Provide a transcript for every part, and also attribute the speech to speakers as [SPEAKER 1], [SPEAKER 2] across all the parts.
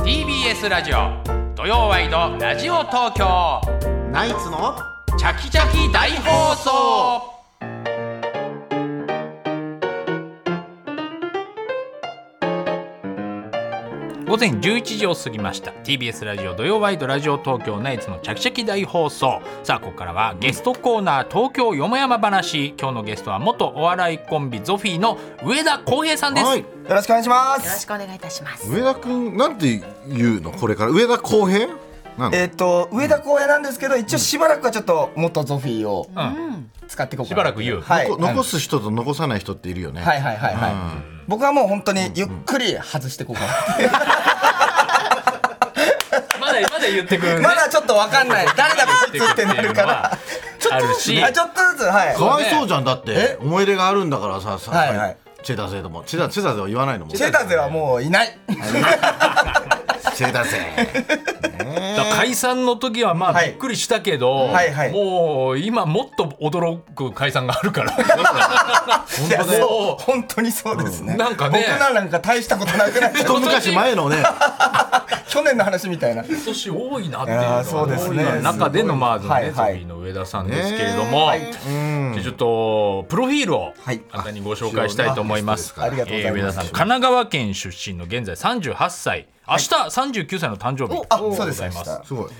[SPEAKER 1] TBS ラジオ土曜ワイドラジオ東京
[SPEAKER 2] ナイツの
[SPEAKER 1] チャキチャキ大放送午前11時を過ぎました TBS ラジオ土曜ワイドラジオ東京ナイツのチャキチャキ大放送さあここからはゲストコーナー東京よもやま話今日のゲストは元お笑いコンビゾフィーの上田浩平さんです、
[SPEAKER 2] はい
[SPEAKER 3] よろしくお願いしま
[SPEAKER 4] よろ
[SPEAKER 3] す。
[SPEAKER 4] しくお願いいたします。
[SPEAKER 2] 上田くんなんて言うのこれから上田浩平なの
[SPEAKER 3] えっ、と上田光也なんですけど、一応しばらくはちょっと元ゾフィーを
[SPEAKER 1] うん
[SPEAKER 3] 使っていこう
[SPEAKER 1] し
[SPEAKER 3] かな。
[SPEAKER 1] ばらく言う
[SPEAKER 3] はい。
[SPEAKER 2] こ残す人と残さない人っているよね、
[SPEAKER 3] はいはいはいはい。僕はもう本当にゆっくり外していこうか
[SPEAKER 1] まだまだ言ってくる
[SPEAKER 3] な。
[SPEAKER 1] ね
[SPEAKER 3] まだちょっとわかんない。誰だこいつってなるから。
[SPEAKER 1] ちょっとあるし
[SPEAKER 3] あちょっとずつはい。
[SPEAKER 2] かわいそうじゃんだっ
[SPEAKER 3] え
[SPEAKER 2] て思い入れがあるんだからささ、
[SPEAKER 3] はいはい
[SPEAKER 2] チェダゼともチェダチェダゼは言わないのも
[SPEAKER 3] チェダゼはもういない。
[SPEAKER 2] チェダゼ
[SPEAKER 1] だから解散の時はまあ
[SPEAKER 3] はい
[SPEAKER 1] びっくりしたけど、
[SPEAKER 3] はいはい
[SPEAKER 1] もう今もっと驚く解散があるから
[SPEAKER 3] いや
[SPEAKER 2] 本当だよ
[SPEAKER 3] そう本当にそうですね。
[SPEAKER 1] うんなんかね
[SPEAKER 3] 僕らなんか大したことなくな い。
[SPEAKER 2] 一昔前の ね
[SPEAKER 3] 去年の話みたいな。
[SPEAKER 1] 今年多いなって
[SPEAKER 3] いやー
[SPEAKER 1] い
[SPEAKER 3] そう
[SPEAKER 1] う
[SPEAKER 3] で
[SPEAKER 1] の
[SPEAKER 3] す
[SPEAKER 1] が
[SPEAKER 3] ね
[SPEAKER 1] 多い中でのまあ
[SPEAKER 3] す
[SPEAKER 1] ゾ
[SPEAKER 3] ご
[SPEAKER 1] ン
[SPEAKER 3] い
[SPEAKER 1] ビ
[SPEAKER 3] はいはい
[SPEAKER 1] の上田さんですけれども、
[SPEAKER 3] はい
[SPEAKER 1] じゃあちょっとプロフィールを
[SPEAKER 3] はい
[SPEAKER 1] 簡単にご紹介したいと思います。
[SPEAKER 3] ありがとうご
[SPEAKER 1] え
[SPEAKER 3] ざ
[SPEAKER 1] ー
[SPEAKER 3] い
[SPEAKER 1] 上
[SPEAKER 3] ま
[SPEAKER 1] 田
[SPEAKER 3] す
[SPEAKER 1] さん。神奈川県出身の現在38歳明日39歳の誕生日
[SPEAKER 3] あ
[SPEAKER 1] といこ
[SPEAKER 3] そ
[SPEAKER 1] と
[SPEAKER 3] う
[SPEAKER 1] でご
[SPEAKER 3] です
[SPEAKER 1] ざい
[SPEAKER 3] ね。
[SPEAKER 1] ます。
[SPEAKER 2] すごい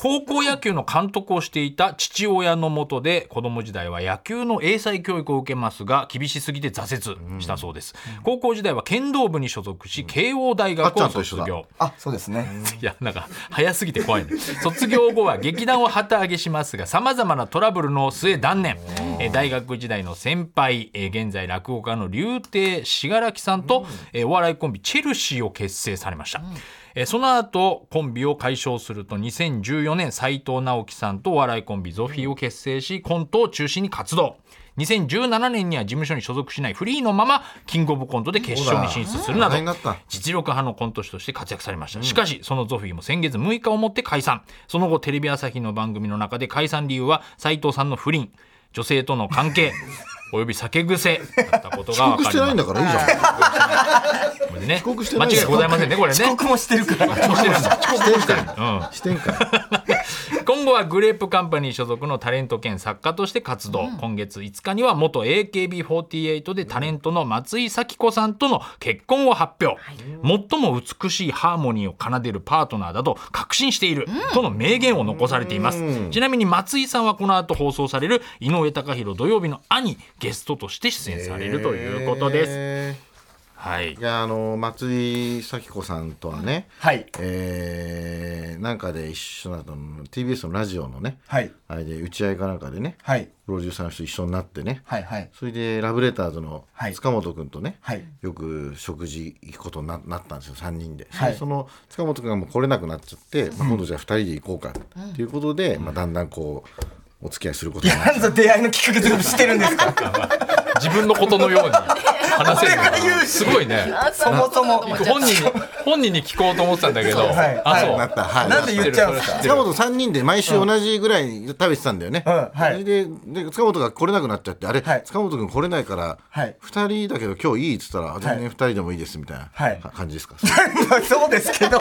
[SPEAKER 1] 高校野球の監督をしていた父親のもとで子供時代は野球の英才教育を受けますが厳しすぎて挫折したそうです、高校時代は剣道部に所属し慶応大学を卒
[SPEAKER 2] あっちゃんと一
[SPEAKER 1] 業
[SPEAKER 3] あそうですね。
[SPEAKER 1] いやなんか早すぎて怖いね卒業後は劇団を旗揚げしますがさまざまなトラブルの末断念えー大学時代の先輩えー現在落語家の竜亭信楽さんとえーお笑いコンビチェルシーを結成されました。えーその後コンビを解消すると2014年斎藤直樹さんとお笑いコンビゾフィーを結成しコントを中心に活動2017年には事務所に所属しないフリーのままキングオブコントで決勝に進出するなど
[SPEAKER 2] 話題になった
[SPEAKER 1] 実力派のコント師として活躍されました、しかしそのゾフィーも先月6日をもって解散その後テレビ朝日の番組の中で解散理由は斎藤さんの不倫女性との関係および酒癖だったことが分
[SPEAKER 2] 遅刻
[SPEAKER 1] か
[SPEAKER 2] し
[SPEAKER 1] り
[SPEAKER 2] てないん
[SPEAKER 1] ま
[SPEAKER 2] だからいいじゃん
[SPEAKER 1] すのでね
[SPEAKER 2] 遅刻してな
[SPEAKER 1] 間
[SPEAKER 2] いです
[SPEAKER 1] 違い
[SPEAKER 2] よ
[SPEAKER 1] ございませんねこれね
[SPEAKER 3] 遅刻もしてる から。
[SPEAKER 1] 遅刻してるんだ
[SPEAKER 2] してんかい
[SPEAKER 1] うん
[SPEAKER 2] してんかい
[SPEAKER 1] 今後はグレープカンパニー所属のタレント兼作家として活動、今月5日には元 AKB48 でタレントの松井咲子さんとの結婚を発表、最も美しいハーモニーを奏でるパートナーだと確信している、との名言を残されています、ちなみに松井さんはこの後放送される井上貴博土曜日の兄ゲストとして出演されるということです、
[SPEAKER 2] す
[SPEAKER 1] はい
[SPEAKER 2] いやあの松井咲子さんとはね、
[SPEAKER 3] はい
[SPEAKER 2] えーなんかで一緒だと TBS のラジオのね、
[SPEAKER 3] はい
[SPEAKER 2] あれで打ち合いかなんかでね、
[SPEAKER 3] はい
[SPEAKER 2] プロデューサーの人一緒になってね、
[SPEAKER 3] はいはい
[SPEAKER 2] それでラブレターズの
[SPEAKER 3] はい
[SPEAKER 2] 塚本君とね、
[SPEAKER 3] はい
[SPEAKER 2] よく食事行くことにななったんですよ3人で、
[SPEAKER 3] はい
[SPEAKER 2] その塚本君がもう来れなくなっちゃって、まあ、今度じゃあ2人で行こうかっていうことで、まあ、だんだんこうお付き合いすることになって
[SPEAKER 3] なんぞ出会いの企画全部してるんですか
[SPEAKER 1] 自分のことのように話せる
[SPEAKER 3] 俺が言うし
[SPEAKER 1] すごいね
[SPEAKER 3] そもそも
[SPEAKER 1] 本人 に本人に聞こうと思ってたんだけど、
[SPEAKER 3] はい
[SPEAKER 1] あそう、
[SPEAKER 2] なった、はい、
[SPEAKER 3] なんで言っちゃうんですか
[SPEAKER 2] 塚本3人で毎週同じぐらい食べてたんだよね、
[SPEAKER 3] うんはい
[SPEAKER 2] それでで塚本が来れなくなっちゃってあれ、
[SPEAKER 3] はい
[SPEAKER 2] 塚本君来れないから、
[SPEAKER 3] はい
[SPEAKER 2] 2人だけど今日いいっつったらあ全
[SPEAKER 3] は
[SPEAKER 2] 然
[SPEAKER 3] い
[SPEAKER 2] 2人でもいいですみたいな
[SPEAKER 3] はい
[SPEAKER 2] か感じですか、
[SPEAKER 3] そうですけど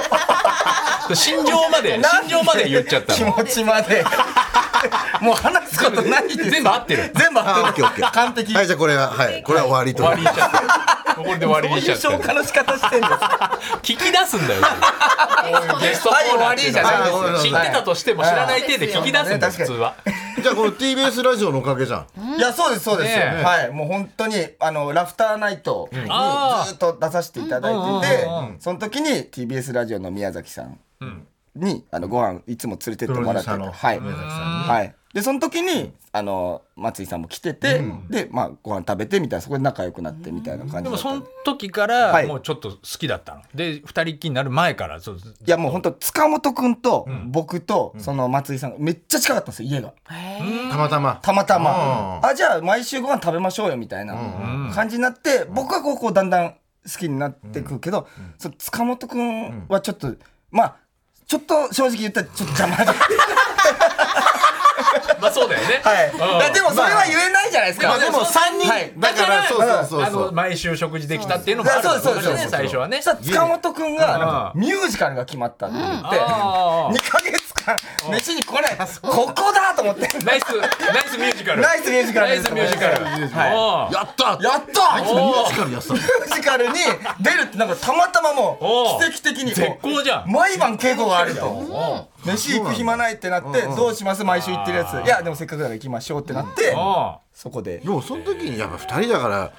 [SPEAKER 1] 心情まで
[SPEAKER 3] なん
[SPEAKER 1] 心情まで言っちゃった
[SPEAKER 3] 気持ちまでもう話すことないです
[SPEAKER 1] 全部合ってる
[SPEAKER 3] 全部
[SPEAKER 2] あオッ
[SPEAKER 3] 合っ
[SPEAKER 2] ケ
[SPEAKER 3] て
[SPEAKER 2] ーオ
[SPEAKER 3] る
[SPEAKER 2] ッケー
[SPEAKER 3] 完璧
[SPEAKER 2] はいじゃあこれははいこれは終わりと
[SPEAKER 1] 終わりにしちゃったこれで終わり
[SPEAKER 3] どうい
[SPEAKER 1] に
[SPEAKER 3] う
[SPEAKER 1] しちゃった
[SPEAKER 3] 消化の仕方してんですか
[SPEAKER 1] 聞き出すんだよこういうゲストコーナーっていうのは
[SPEAKER 2] はい終わりじゃないですよ
[SPEAKER 1] 知ってたとしても知らない手で聞き出すんだよ
[SPEAKER 3] はい
[SPEAKER 1] 普通は
[SPEAKER 2] じゃあこの TBS ラジオのおかげじゃん
[SPEAKER 3] いやそうですそうです、
[SPEAKER 1] ねえ
[SPEAKER 3] はいもう本当にあのラフターナイトにず
[SPEAKER 1] あー
[SPEAKER 3] っと出させていただいてて、
[SPEAKER 1] うんうんうん
[SPEAKER 3] その時に TBS ラジオの宮崎さんに、あのご飯いつも連れてってもらって
[SPEAKER 2] プ
[SPEAKER 3] て
[SPEAKER 2] ロデューサーの
[SPEAKER 3] はい、
[SPEAKER 2] 宮崎さ
[SPEAKER 3] はい、でその時にあの松井さんも来てて、でまあご飯食べてみたいなそこで仲良くなってみたいな感じ
[SPEAKER 1] で
[SPEAKER 3] だ
[SPEAKER 1] も
[SPEAKER 3] った
[SPEAKER 1] そ
[SPEAKER 3] ん
[SPEAKER 1] の
[SPEAKER 3] で
[SPEAKER 1] 時から
[SPEAKER 3] はい
[SPEAKER 1] もうちょっと好きだったので二人っきりになる前からそう
[SPEAKER 3] いやもう本当塚本君と僕とその松井さんがめっちゃ近かったんですよ家が
[SPEAKER 2] たまたま
[SPEAKER 3] たまた
[SPEAKER 2] う
[SPEAKER 3] ま
[SPEAKER 2] ん
[SPEAKER 3] あじゃあ毎週ご飯食べましょうよみたいな感じになって僕はこうこうだんだん好きになってくけどその塚本君はちょっとまあちょっと正直言ったらちょっと邪魔だ
[SPEAKER 1] まあそうだよねね。
[SPEAKER 3] はい、
[SPEAKER 1] うん
[SPEAKER 3] いやでもそれは言えないじゃないですか、
[SPEAKER 1] まあでも
[SPEAKER 3] 三はい
[SPEAKER 2] だから
[SPEAKER 1] だ
[SPEAKER 2] そ
[SPEAKER 1] か
[SPEAKER 2] う
[SPEAKER 3] ら
[SPEAKER 2] そうそう
[SPEAKER 1] あ
[SPEAKER 2] そ
[SPEAKER 1] の
[SPEAKER 2] う
[SPEAKER 1] 毎週食事できたっていうのもあ
[SPEAKER 3] だ
[SPEAKER 1] る
[SPEAKER 3] からそう
[SPEAKER 1] で
[SPEAKER 3] です
[SPEAKER 1] よ
[SPEAKER 3] すそう
[SPEAKER 1] ね
[SPEAKER 3] です
[SPEAKER 1] 最初はね。
[SPEAKER 3] そしたら塚本くんがなんか
[SPEAKER 1] うん
[SPEAKER 3] ミュージカルが決まったって言って
[SPEAKER 1] あー
[SPEAKER 3] 2ヶ月間飯に来ないここだと思って
[SPEAKER 1] ナイスナイスミュージカル。
[SPEAKER 3] ナイスミュージカル
[SPEAKER 1] ナ
[SPEAKER 3] で
[SPEAKER 1] イ
[SPEAKER 3] す
[SPEAKER 1] スミュージカル。は
[SPEAKER 2] やったやっ
[SPEAKER 3] やっ
[SPEAKER 2] た
[SPEAKER 3] たミ
[SPEAKER 2] ミ
[SPEAKER 3] ュ
[SPEAKER 2] ュージカルやってたの
[SPEAKER 3] ージカルに出るってなんかたまたまも
[SPEAKER 1] お
[SPEAKER 3] う
[SPEAKER 1] ー
[SPEAKER 3] 奇跡的に
[SPEAKER 1] 絶好じゃん
[SPEAKER 3] 毎晩稽古があると
[SPEAKER 1] お
[SPEAKER 3] 飯行く暇ないってなってどうします毎週行ってるやついやでもせっかくだから行きましょうってなって
[SPEAKER 1] お。
[SPEAKER 3] そこで
[SPEAKER 2] でもその時にやっぱ二人だから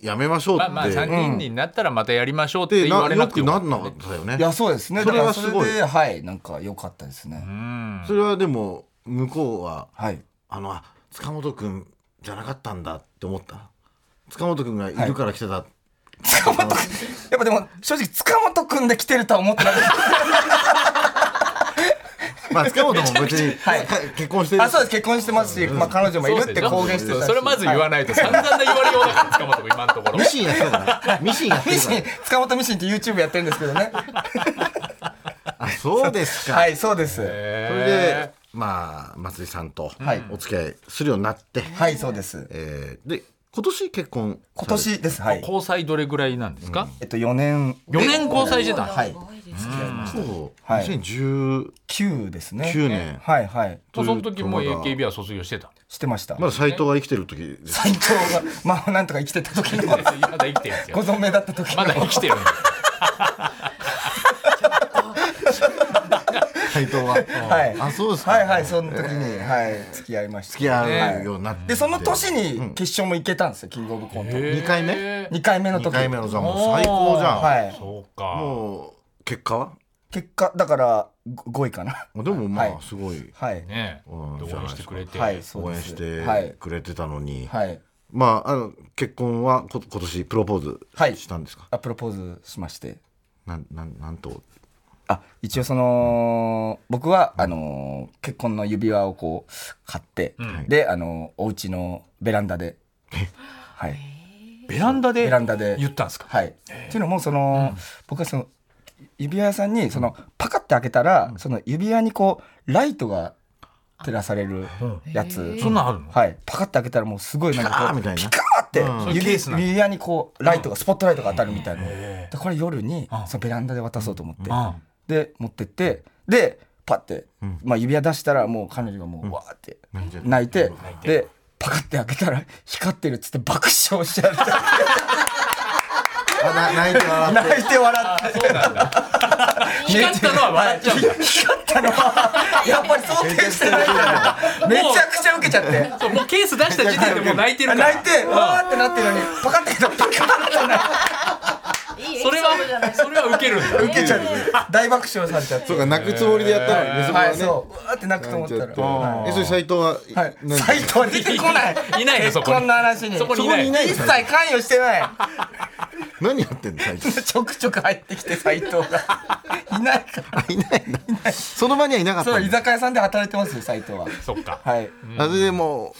[SPEAKER 2] やめましょうって、
[SPEAKER 1] まあまあ三
[SPEAKER 2] う
[SPEAKER 1] 人
[SPEAKER 2] ん
[SPEAKER 1] になったらまたやりましょうっ
[SPEAKER 2] で
[SPEAKER 1] て言わ
[SPEAKER 2] な
[SPEAKER 1] れな
[SPEAKER 2] よ
[SPEAKER 1] くて
[SPEAKER 2] く
[SPEAKER 1] も。
[SPEAKER 2] なんなかったよね
[SPEAKER 3] いやそうですね
[SPEAKER 2] それは
[SPEAKER 3] だから
[SPEAKER 2] すごい
[SPEAKER 3] ではいなんか良かったですね
[SPEAKER 1] うん
[SPEAKER 2] それはでも向こうは
[SPEAKER 3] はい
[SPEAKER 2] あのあ塚本君じゃなかったんだって思った塚本君がいるから来てた、
[SPEAKER 3] 塚本くんやっぱでも正直塚本くんで来てるとは思っ てなかった
[SPEAKER 2] まあ塚本も別に、
[SPEAKER 3] はい
[SPEAKER 2] か結婚してる
[SPEAKER 3] あそうです結婚してますし、まあ、彼女もいるって公言してた
[SPEAKER 1] そ
[SPEAKER 3] し
[SPEAKER 1] うそれまず言わないと散々な言われようだから塚本君今のところ
[SPEAKER 2] ミシンやってたからミシンやって
[SPEAKER 3] ミ
[SPEAKER 2] る
[SPEAKER 3] シ
[SPEAKER 2] から
[SPEAKER 3] ン塚本ミシンって YouTube やってるんですけ どね
[SPEAKER 2] あそうですか、
[SPEAKER 3] はいそうです、
[SPEAKER 2] それでまあ松井さんと
[SPEAKER 3] はい
[SPEAKER 2] お付き合いするようになって、
[SPEAKER 3] はいそうです
[SPEAKER 2] えーで今年結婚
[SPEAKER 3] 今年ですはい
[SPEAKER 1] 交際どれぐらいなんですか、
[SPEAKER 3] えっと4年
[SPEAKER 1] 四年交際してた
[SPEAKER 3] はい
[SPEAKER 2] そう
[SPEAKER 3] はい
[SPEAKER 2] 2019
[SPEAKER 3] 9ですね
[SPEAKER 2] 年、
[SPEAKER 3] はいはい
[SPEAKER 1] もうその時もう
[SPEAKER 2] ということが
[SPEAKER 1] AKB は卒業してた
[SPEAKER 3] してました
[SPEAKER 2] まだ斎藤が生きてる時です
[SPEAKER 3] 斎藤がまあなんとか生きてた時 の
[SPEAKER 1] まだ生きてるんです
[SPEAKER 3] ご
[SPEAKER 1] よ
[SPEAKER 3] 存命だった時の
[SPEAKER 1] まだ生きてるんで
[SPEAKER 2] 斎藤は、
[SPEAKER 3] はい
[SPEAKER 2] あそうですか
[SPEAKER 3] はいはいその時にはい付き合いました
[SPEAKER 2] 付き合うようになって、
[SPEAKER 3] でその年に決勝も行けたんですよキングオブコント
[SPEAKER 1] す
[SPEAKER 2] 二回目
[SPEAKER 1] へー
[SPEAKER 3] 2回目の時
[SPEAKER 2] 2回目のじゃあもう最高じゃん、
[SPEAKER 3] はい
[SPEAKER 1] そうか
[SPEAKER 2] もう結果は
[SPEAKER 3] 結果だから5位かな
[SPEAKER 2] あでもまあ
[SPEAKER 3] はい
[SPEAKER 2] すごい、
[SPEAKER 3] はい
[SPEAKER 1] ね
[SPEAKER 2] うん
[SPEAKER 1] で応援してくれて、
[SPEAKER 3] はいそう
[SPEAKER 2] 応
[SPEAKER 3] で
[SPEAKER 2] 援
[SPEAKER 3] す
[SPEAKER 2] して
[SPEAKER 3] はい
[SPEAKER 2] くれてたのに、
[SPEAKER 3] はい
[SPEAKER 2] まああの結婚はこ今年プロポーズ
[SPEAKER 3] はい
[SPEAKER 2] したんですか、
[SPEAKER 3] あプロポーズしまして
[SPEAKER 2] なんなんなんと
[SPEAKER 3] あ一応その僕はあのー結婚の指輪をこう買って
[SPEAKER 1] ん
[SPEAKER 3] であのーお家のベランダ ではい
[SPEAKER 1] ベランダで
[SPEAKER 3] ベランダで
[SPEAKER 1] 言ったんですか
[SPEAKER 3] はいっていうのもその僕はその指輪屋さんにそのパカって開けたらその指輪にこうライトが照らされるやつ
[SPEAKER 1] そんなんあるの、
[SPEAKER 3] はいパカって開けたらもうすごいなん
[SPEAKER 2] あ
[SPEAKER 3] か
[SPEAKER 2] ー
[SPEAKER 3] こう
[SPEAKER 2] みたいな
[SPEAKER 3] ガーって
[SPEAKER 1] そういうケースなの
[SPEAKER 3] 指輪にこうライトがスポットライトが当たるみたいなでこれ夜にそのベランダで渡そうと思って
[SPEAKER 1] うん
[SPEAKER 3] で持ってってでパッてまあ指輪出したらもう彼女がもうわーって
[SPEAKER 2] 泣いちゃう
[SPEAKER 3] 泣いてでパカって開けたら光ってるっつって爆笑しちゃって
[SPEAKER 2] あな泣いて笑って
[SPEAKER 3] 泣いて笑って
[SPEAKER 1] 光ったのは笑っちゃうんだ
[SPEAKER 3] 光ったのはやっぱり想定してないからめちゃくちゃ受けちゃって
[SPEAKER 1] そうもうケース出した時点でもう泣いてるから
[SPEAKER 3] 泣いてわーってなってるのにパカって開けたらパカってなって
[SPEAKER 1] それはそれは受けるんだ
[SPEAKER 3] 受けちゃって大爆笑されちゃって
[SPEAKER 2] そうか泣くつもりでやったのにね、そこは
[SPEAKER 3] は
[SPEAKER 2] ね、
[SPEAKER 3] い、そう、うわーって泣くと思
[SPEAKER 2] 泣
[SPEAKER 3] っ
[SPEAKER 2] いちゃ
[SPEAKER 3] た
[SPEAKER 2] っ
[SPEAKER 3] ら。
[SPEAKER 2] て、
[SPEAKER 3] は
[SPEAKER 2] えそれ斎藤は、
[SPEAKER 3] い、
[SPEAKER 2] なん
[SPEAKER 3] 斎藤は出てこない。
[SPEAKER 1] いないのそこ
[SPEAKER 3] 結
[SPEAKER 1] に
[SPEAKER 3] 婚の話に。
[SPEAKER 1] そこにいない
[SPEAKER 3] そ一切関与してない。
[SPEAKER 2] 何やってんの斎藤
[SPEAKER 3] ちょくちょく入ってきて斎藤が。いないから。
[SPEAKER 2] いないんだその場にはいなかった
[SPEAKER 3] そ
[SPEAKER 2] ん
[SPEAKER 3] う、
[SPEAKER 2] だ
[SPEAKER 3] 居酒屋さんで働いてますよ、斎藤は。
[SPEAKER 1] そっか
[SPEAKER 3] はい。
[SPEAKER 2] あそれでも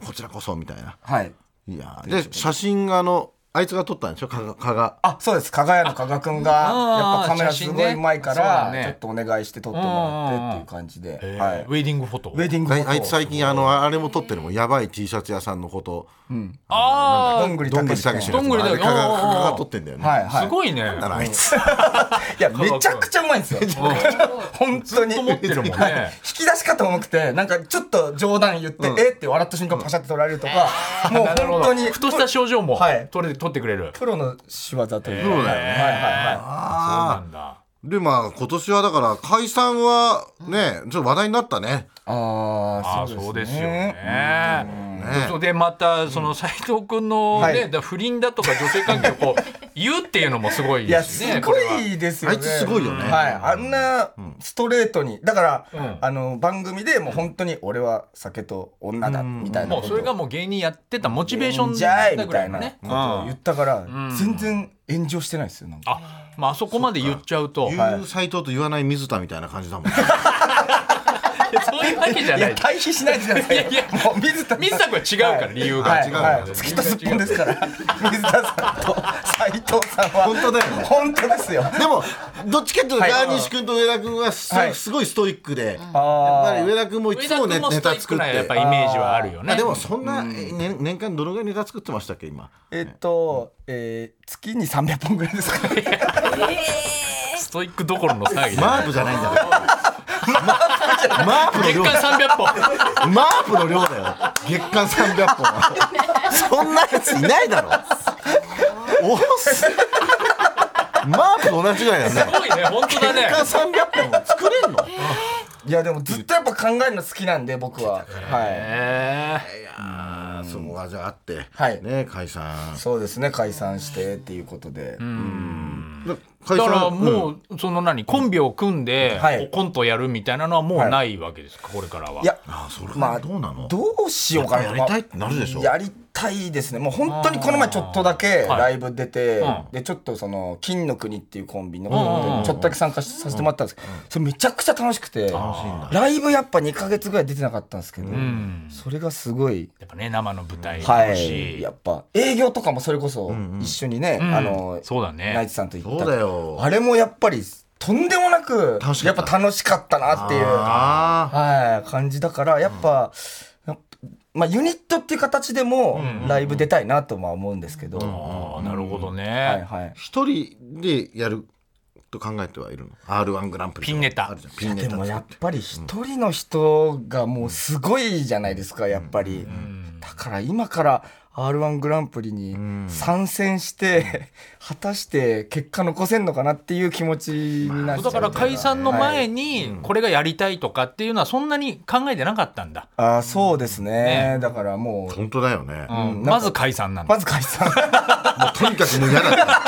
[SPEAKER 2] うこちらこそみたいな
[SPEAKER 3] はい。
[SPEAKER 2] いやーで写真があのあいつが撮ったんでしょ加賀加賀
[SPEAKER 3] あ、そうです。加賀屋の加賀くんが、
[SPEAKER 1] あー
[SPEAKER 3] やっぱカメラ
[SPEAKER 1] 写
[SPEAKER 3] す
[SPEAKER 1] 真
[SPEAKER 3] ご
[SPEAKER 1] ね
[SPEAKER 3] い上手いか
[SPEAKER 1] そうだ
[SPEAKER 3] ら、
[SPEAKER 1] ね
[SPEAKER 3] ちょっとお願いして撮ってもらってっていう感じで。は
[SPEAKER 1] はい
[SPEAKER 3] い
[SPEAKER 1] ウ。ェディングフォト
[SPEAKER 3] ウェディング
[SPEAKER 2] あ
[SPEAKER 3] フ
[SPEAKER 2] い
[SPEAKER 3] ォト
[SPEAKER 2] あいつ最近あのあれも撮ってるもんやばい T シャツ屋さんのこと
[SPEAKER 1] あ
[SPEAKER 3] どんぐり
[SPEAKER 2] ど
[SPEAKER 3] た
[SPEAKER 2] んぐ
[SPEAKER 3] け
[SPEAKER 2] り
[SPEAKER 3] し
[SPEAKER 2] た
[SPEAKER 3] 君
[SPEAKER 2] けし
[SPEAKER 1] どんぐりたけし
[SPEAKER 2] のやつあれ加
[SPEAKER 1] おーお
[SPEAKER 2] 賀
[SPEAKER 1] ー
[SPEAKER 2] 加賀が撮ってんだよね、
[SPEAKER 3] はい
[SPEAKER 1] あ
[SPEAKER 3] は
[SPEAKER 1] す
[SPEAKER 3] い。
[SPEAKER 1] ごいね
[SPEAKER 2] なんだあいつ
[SPEAKER 3] いや、めちゃくちゃうまいんですよ。本当
[SPEAKER 1] ず
[SPEAKER 3] に。
[SPEAKER 1] っと持ってるもんね
[SPEAKER 3] はい引き出し方も重くて、なんかちょっと冗談言って、えって笑った瞬間パシャって取られるとか、もう
[SPEAKER 1] なるほ
[SPEAKER 3] 本
[SPEAKER 1] ど
[SPEAKER 3] 当に。
[SPEAKER 1] ふとした症状も
[SPEAKER 3] はい
[SPEAKER 1] 取れて取ってくれる
[SPEAKER 3] プロの仕業というか。
[SPEAKER 1] へー
[SPEAKER 2] そうだよね
[SPEAKER 3] はいはいは
[SPEAKER 1] そうな
[SPEAKER 2] あ
[SPEAKER 1] んだ
[SPEAKER 2] ーでまあ今年はだから解散はねちょっと話題になったね
[SPEAKER 3] い。あ
[SPEAKER 1] あー
[SPEAKER 3] あ、そ
[SPEAKER 1] そうう
[SPEAKER 3] で
[SPEAKER 1] ですすよ
[SPEAKER 3] ね。
[SPEAKER 1] ね。
[SPEAKER 2] ね
[SPEAKER 1] そうでまたその斉藤君の
[SPEAKER 3] は
[SPEAKER 1] ね、
[SPEAKER 3] い
[SPEAKER 1] だから不倫だとか女性関係をこ う言うっていうのもすごい
[SPEAKER 3] いや、
[SPEAKER 1] です
[SPEAKER 3] す
[SPEAKER 1] ね。こ
[SPEAKER 3] ご
[SPEAKER 1] れはい
[SPEAKER 3] ですよね。
[SPEAKER 2] あいつすごいよね
[SPEAKER 3] はい。あんなストレートに。だから
[SPEAKER 1] ん、
[SPEAKER 3] あの、番組でもう本当に俺は酒と女だ、みたいな
[SPEAKER 1] も
[SPEAKER 3] こ
[SPEAKER 1] う
[SPEAKER 3] と。
[SPEAKER 1] それがもう芸人やってたモチベーション
[SPEAKER 3] じゃい
[SPEAKER 1] だ
[SPEAKER 3] み
[SPEAKER 1] ぐら
[SPEAKER 3] た
[SPEAKER 1] い
[SPEAKER 3] い
[SPEAKER 1] の
[SPEAKER 3] なこ
[SPEAKER 1] ね。
[SPEAKER 3] とを言ったから、全然炎上してないですよ。なんか
[SPEAKER 1] あ、まああそこまで言っちゃうと
[SPEAKER 2] 言う斎藤と言わない水田みたいな感じだもん、ね、
[SPEAKER 1] そういうわけじゃ
[SPEAKER 3] い
[SPEAKER 1] な
[SPEAKER 3] や
[SPEAKER 1] い。
[SPEAKER 3] 対比しないでくださいよ
[SPEAKER 1] いやいや
[SPEAKER 3] もう水田
[SPEAKER 1] 水田君は違うから理由が
[SPEAKER 3] はい
[SPEAKER 2] 違う
[SPEAKER 3] はい
[SPEAKER 2] 違う
[SPEAKER 3] 月とすっぽんですから水田さんと斉藤さんは
[SPEAKER 2] 本当だよね
[SPEAKER 3] 本当ですよ
[SPEAKER 2] でもどっちかっていうと
[SPEAKER 3] はい
[SPEAKER 2] 川西君と上田君はす,、
[SPEAKER 3] はい
[SPEAKER 2] すごいストイックで、やっ
[SPEAKER 3] あ
[SPEAKER 2] ぱり上田君もい
[SPEAKER 1] 上
[SPEAKER 2] つ
[SPEAKER 1] 田
[SPEAKER 2] も,、
[SPEAKER 1] 君
[SPEAKER 2] ね、
[SPEAKER 1] も
[SPEAKER 2] ネ
[SPEAKER 1] ストイ
[SPEAKER 2] タ
[SPEAKER 1] ック
[SPEAKER 2] 作っ
[SPEAKER 1] な
[SPEAKER 2] て
[SPEAKER 1] やっぱイメージはあるよね。
[SPEAKER 2] あでもそんな、え年年間どのぐらいネタ作ってましたっけ今
[SPEAKER 3] えっと、えー、月に300本ぐらいですかね
[SPEAKER 1] ストイックどころの騒ぎじゃな
[SPEAKER 2] マ
[SPEAKER 1] い
[SPEAKER 2] ープじゃないんだからマープの
[SPEAKER 1] 月
[SPEAKER 2] 量
[SPEAKER 1] 間300本。
[SPEAKER 2] マープの量だよ月間300本はそんなやついないだろおっすマープと同じぐらいだ
[SPEAKER 1] す
[SPEAKER 2] ね
[SPEAKER 1] ごいね、本当だね。
[SPEAKER 2] 月間300本 作れんの
[SPEAKER 3] いやでもずっとやっぱ考えるの好きなんで僕はは
[SPEAKER 1] え
[SPEAKER 2] いやーそこがじゃああって、
[SPEAKER 3] はい
[SPEAKER 2] ね解散
[SPEAKER 3] いそうですね解散してっていうことで、
[SPEAKER 1] ー
[SPEAKER 2] 解
[SPEAKER 1] だから
[SPEAKER 2] うん
[SPEAKER 1] もうその何コンビを組んで
[SPEAKER 3] はい。
[SPEAKER 1] コントやるみたいなのはもうないわけですかこれからはい
[SPEAKER 3] や
[SPEAKER 2] あそれ
[SPEAKER 3] ま
[SPEAKER 2] は
[SPEAKER 3] あ
[SPEAKER 2] どうなの、
[SPEAKER 3] どうしようかな
[SPEAKER 2] やっぱやりたいってなるでしょ
[SPEAKER 3] やりたいですねもう本当にこの前ちょっとだけ
[SPEAKER 1] はい
[SPEAKER 3] ライブ出て、
[SPEAKER 1] うん
[SPEAKER 3] でちょっとその金の国っていうコンビの
[SPEAKER 1] うんうんうん
[SPEAKER 3] ちょっとだけ参加しさせてもらったんですけど、それめちゃくちゃ楽しくて
[SPEAKER 2] しいんだ
[SPEAKER 3] ライブやっぱ2か月ぐらい出てなかったんですけど、
[SPEAKER 1] ん
[SPEAKER 3] それがすごい。
[SPEAKER 1] やっぱね生の舞台
[SPEAKER 3] は
[SPEAKER 1] 楽
[SPEAKER 3] い、
[SPEAKER 1] しい
[SPEAKER 3] やっぱ営業とかもそれこそ一緒にね、
[SPEAKER 1] ん
[SPEAKER 3] あの
[SPEAKER 1] そうだね
[SPEAKER 3] ナイツさんと行った
[SPEAKER 2] そうだよ
[SPEAKER 3] あれもやっぱりとんでもなく
[SPEAKER 2] 楽しか
[SPEAKER 3] や
[SPEAKER 2] っ
[SPEAKER 3] ったぱ楽しかったなっていう
[SPEAKER 2] あ
[SPEAKER 3] はい、感じだからやっぱ、やっぱまあ、ユニットっていう形でもライブ出たいなとは思うんですけど、
[SPEAKER 1] あーなるほど
[SPEAKER 3] はい
[SPEAKER 1] ね
[SPEAKER 3] はい
[SPEAKER 2] ー、一人でやると考えてはいるの r 1グランプリとか
[SPEAKER 1] ピンネタ
[SPEAKER 2] あるじゃんピンネ
[SPEAKER 3] で
[SPEAKER 2] タ
[SPEAKER 3] も
[SPEAKER 2] 作
[SPEAKER 3] や
[SPEAKER 2] っ
[SPEAKER 3] っぱり一人の人がもうすごいじゃないですかやっぱり、だから今から r 1グランプリに参戦して、果たして結果残せんのかなっていう気持ちになっちゃ
[SPEAKER 1] だ
[SPEAKER 3] う
[SPEAKER 1] から解散の前にこれがやりたいとかっていうのはそんなに考えてなかったんだ
[SPEAKER 3] あーそうですねだからもう、
[SPEAKER 2] 本当だよね、
[SPEAKER 1] うんまず解散なんだ
[SPEAKER 3] まず解散
[SPEAKER 2] もうとにかくもう嫌だから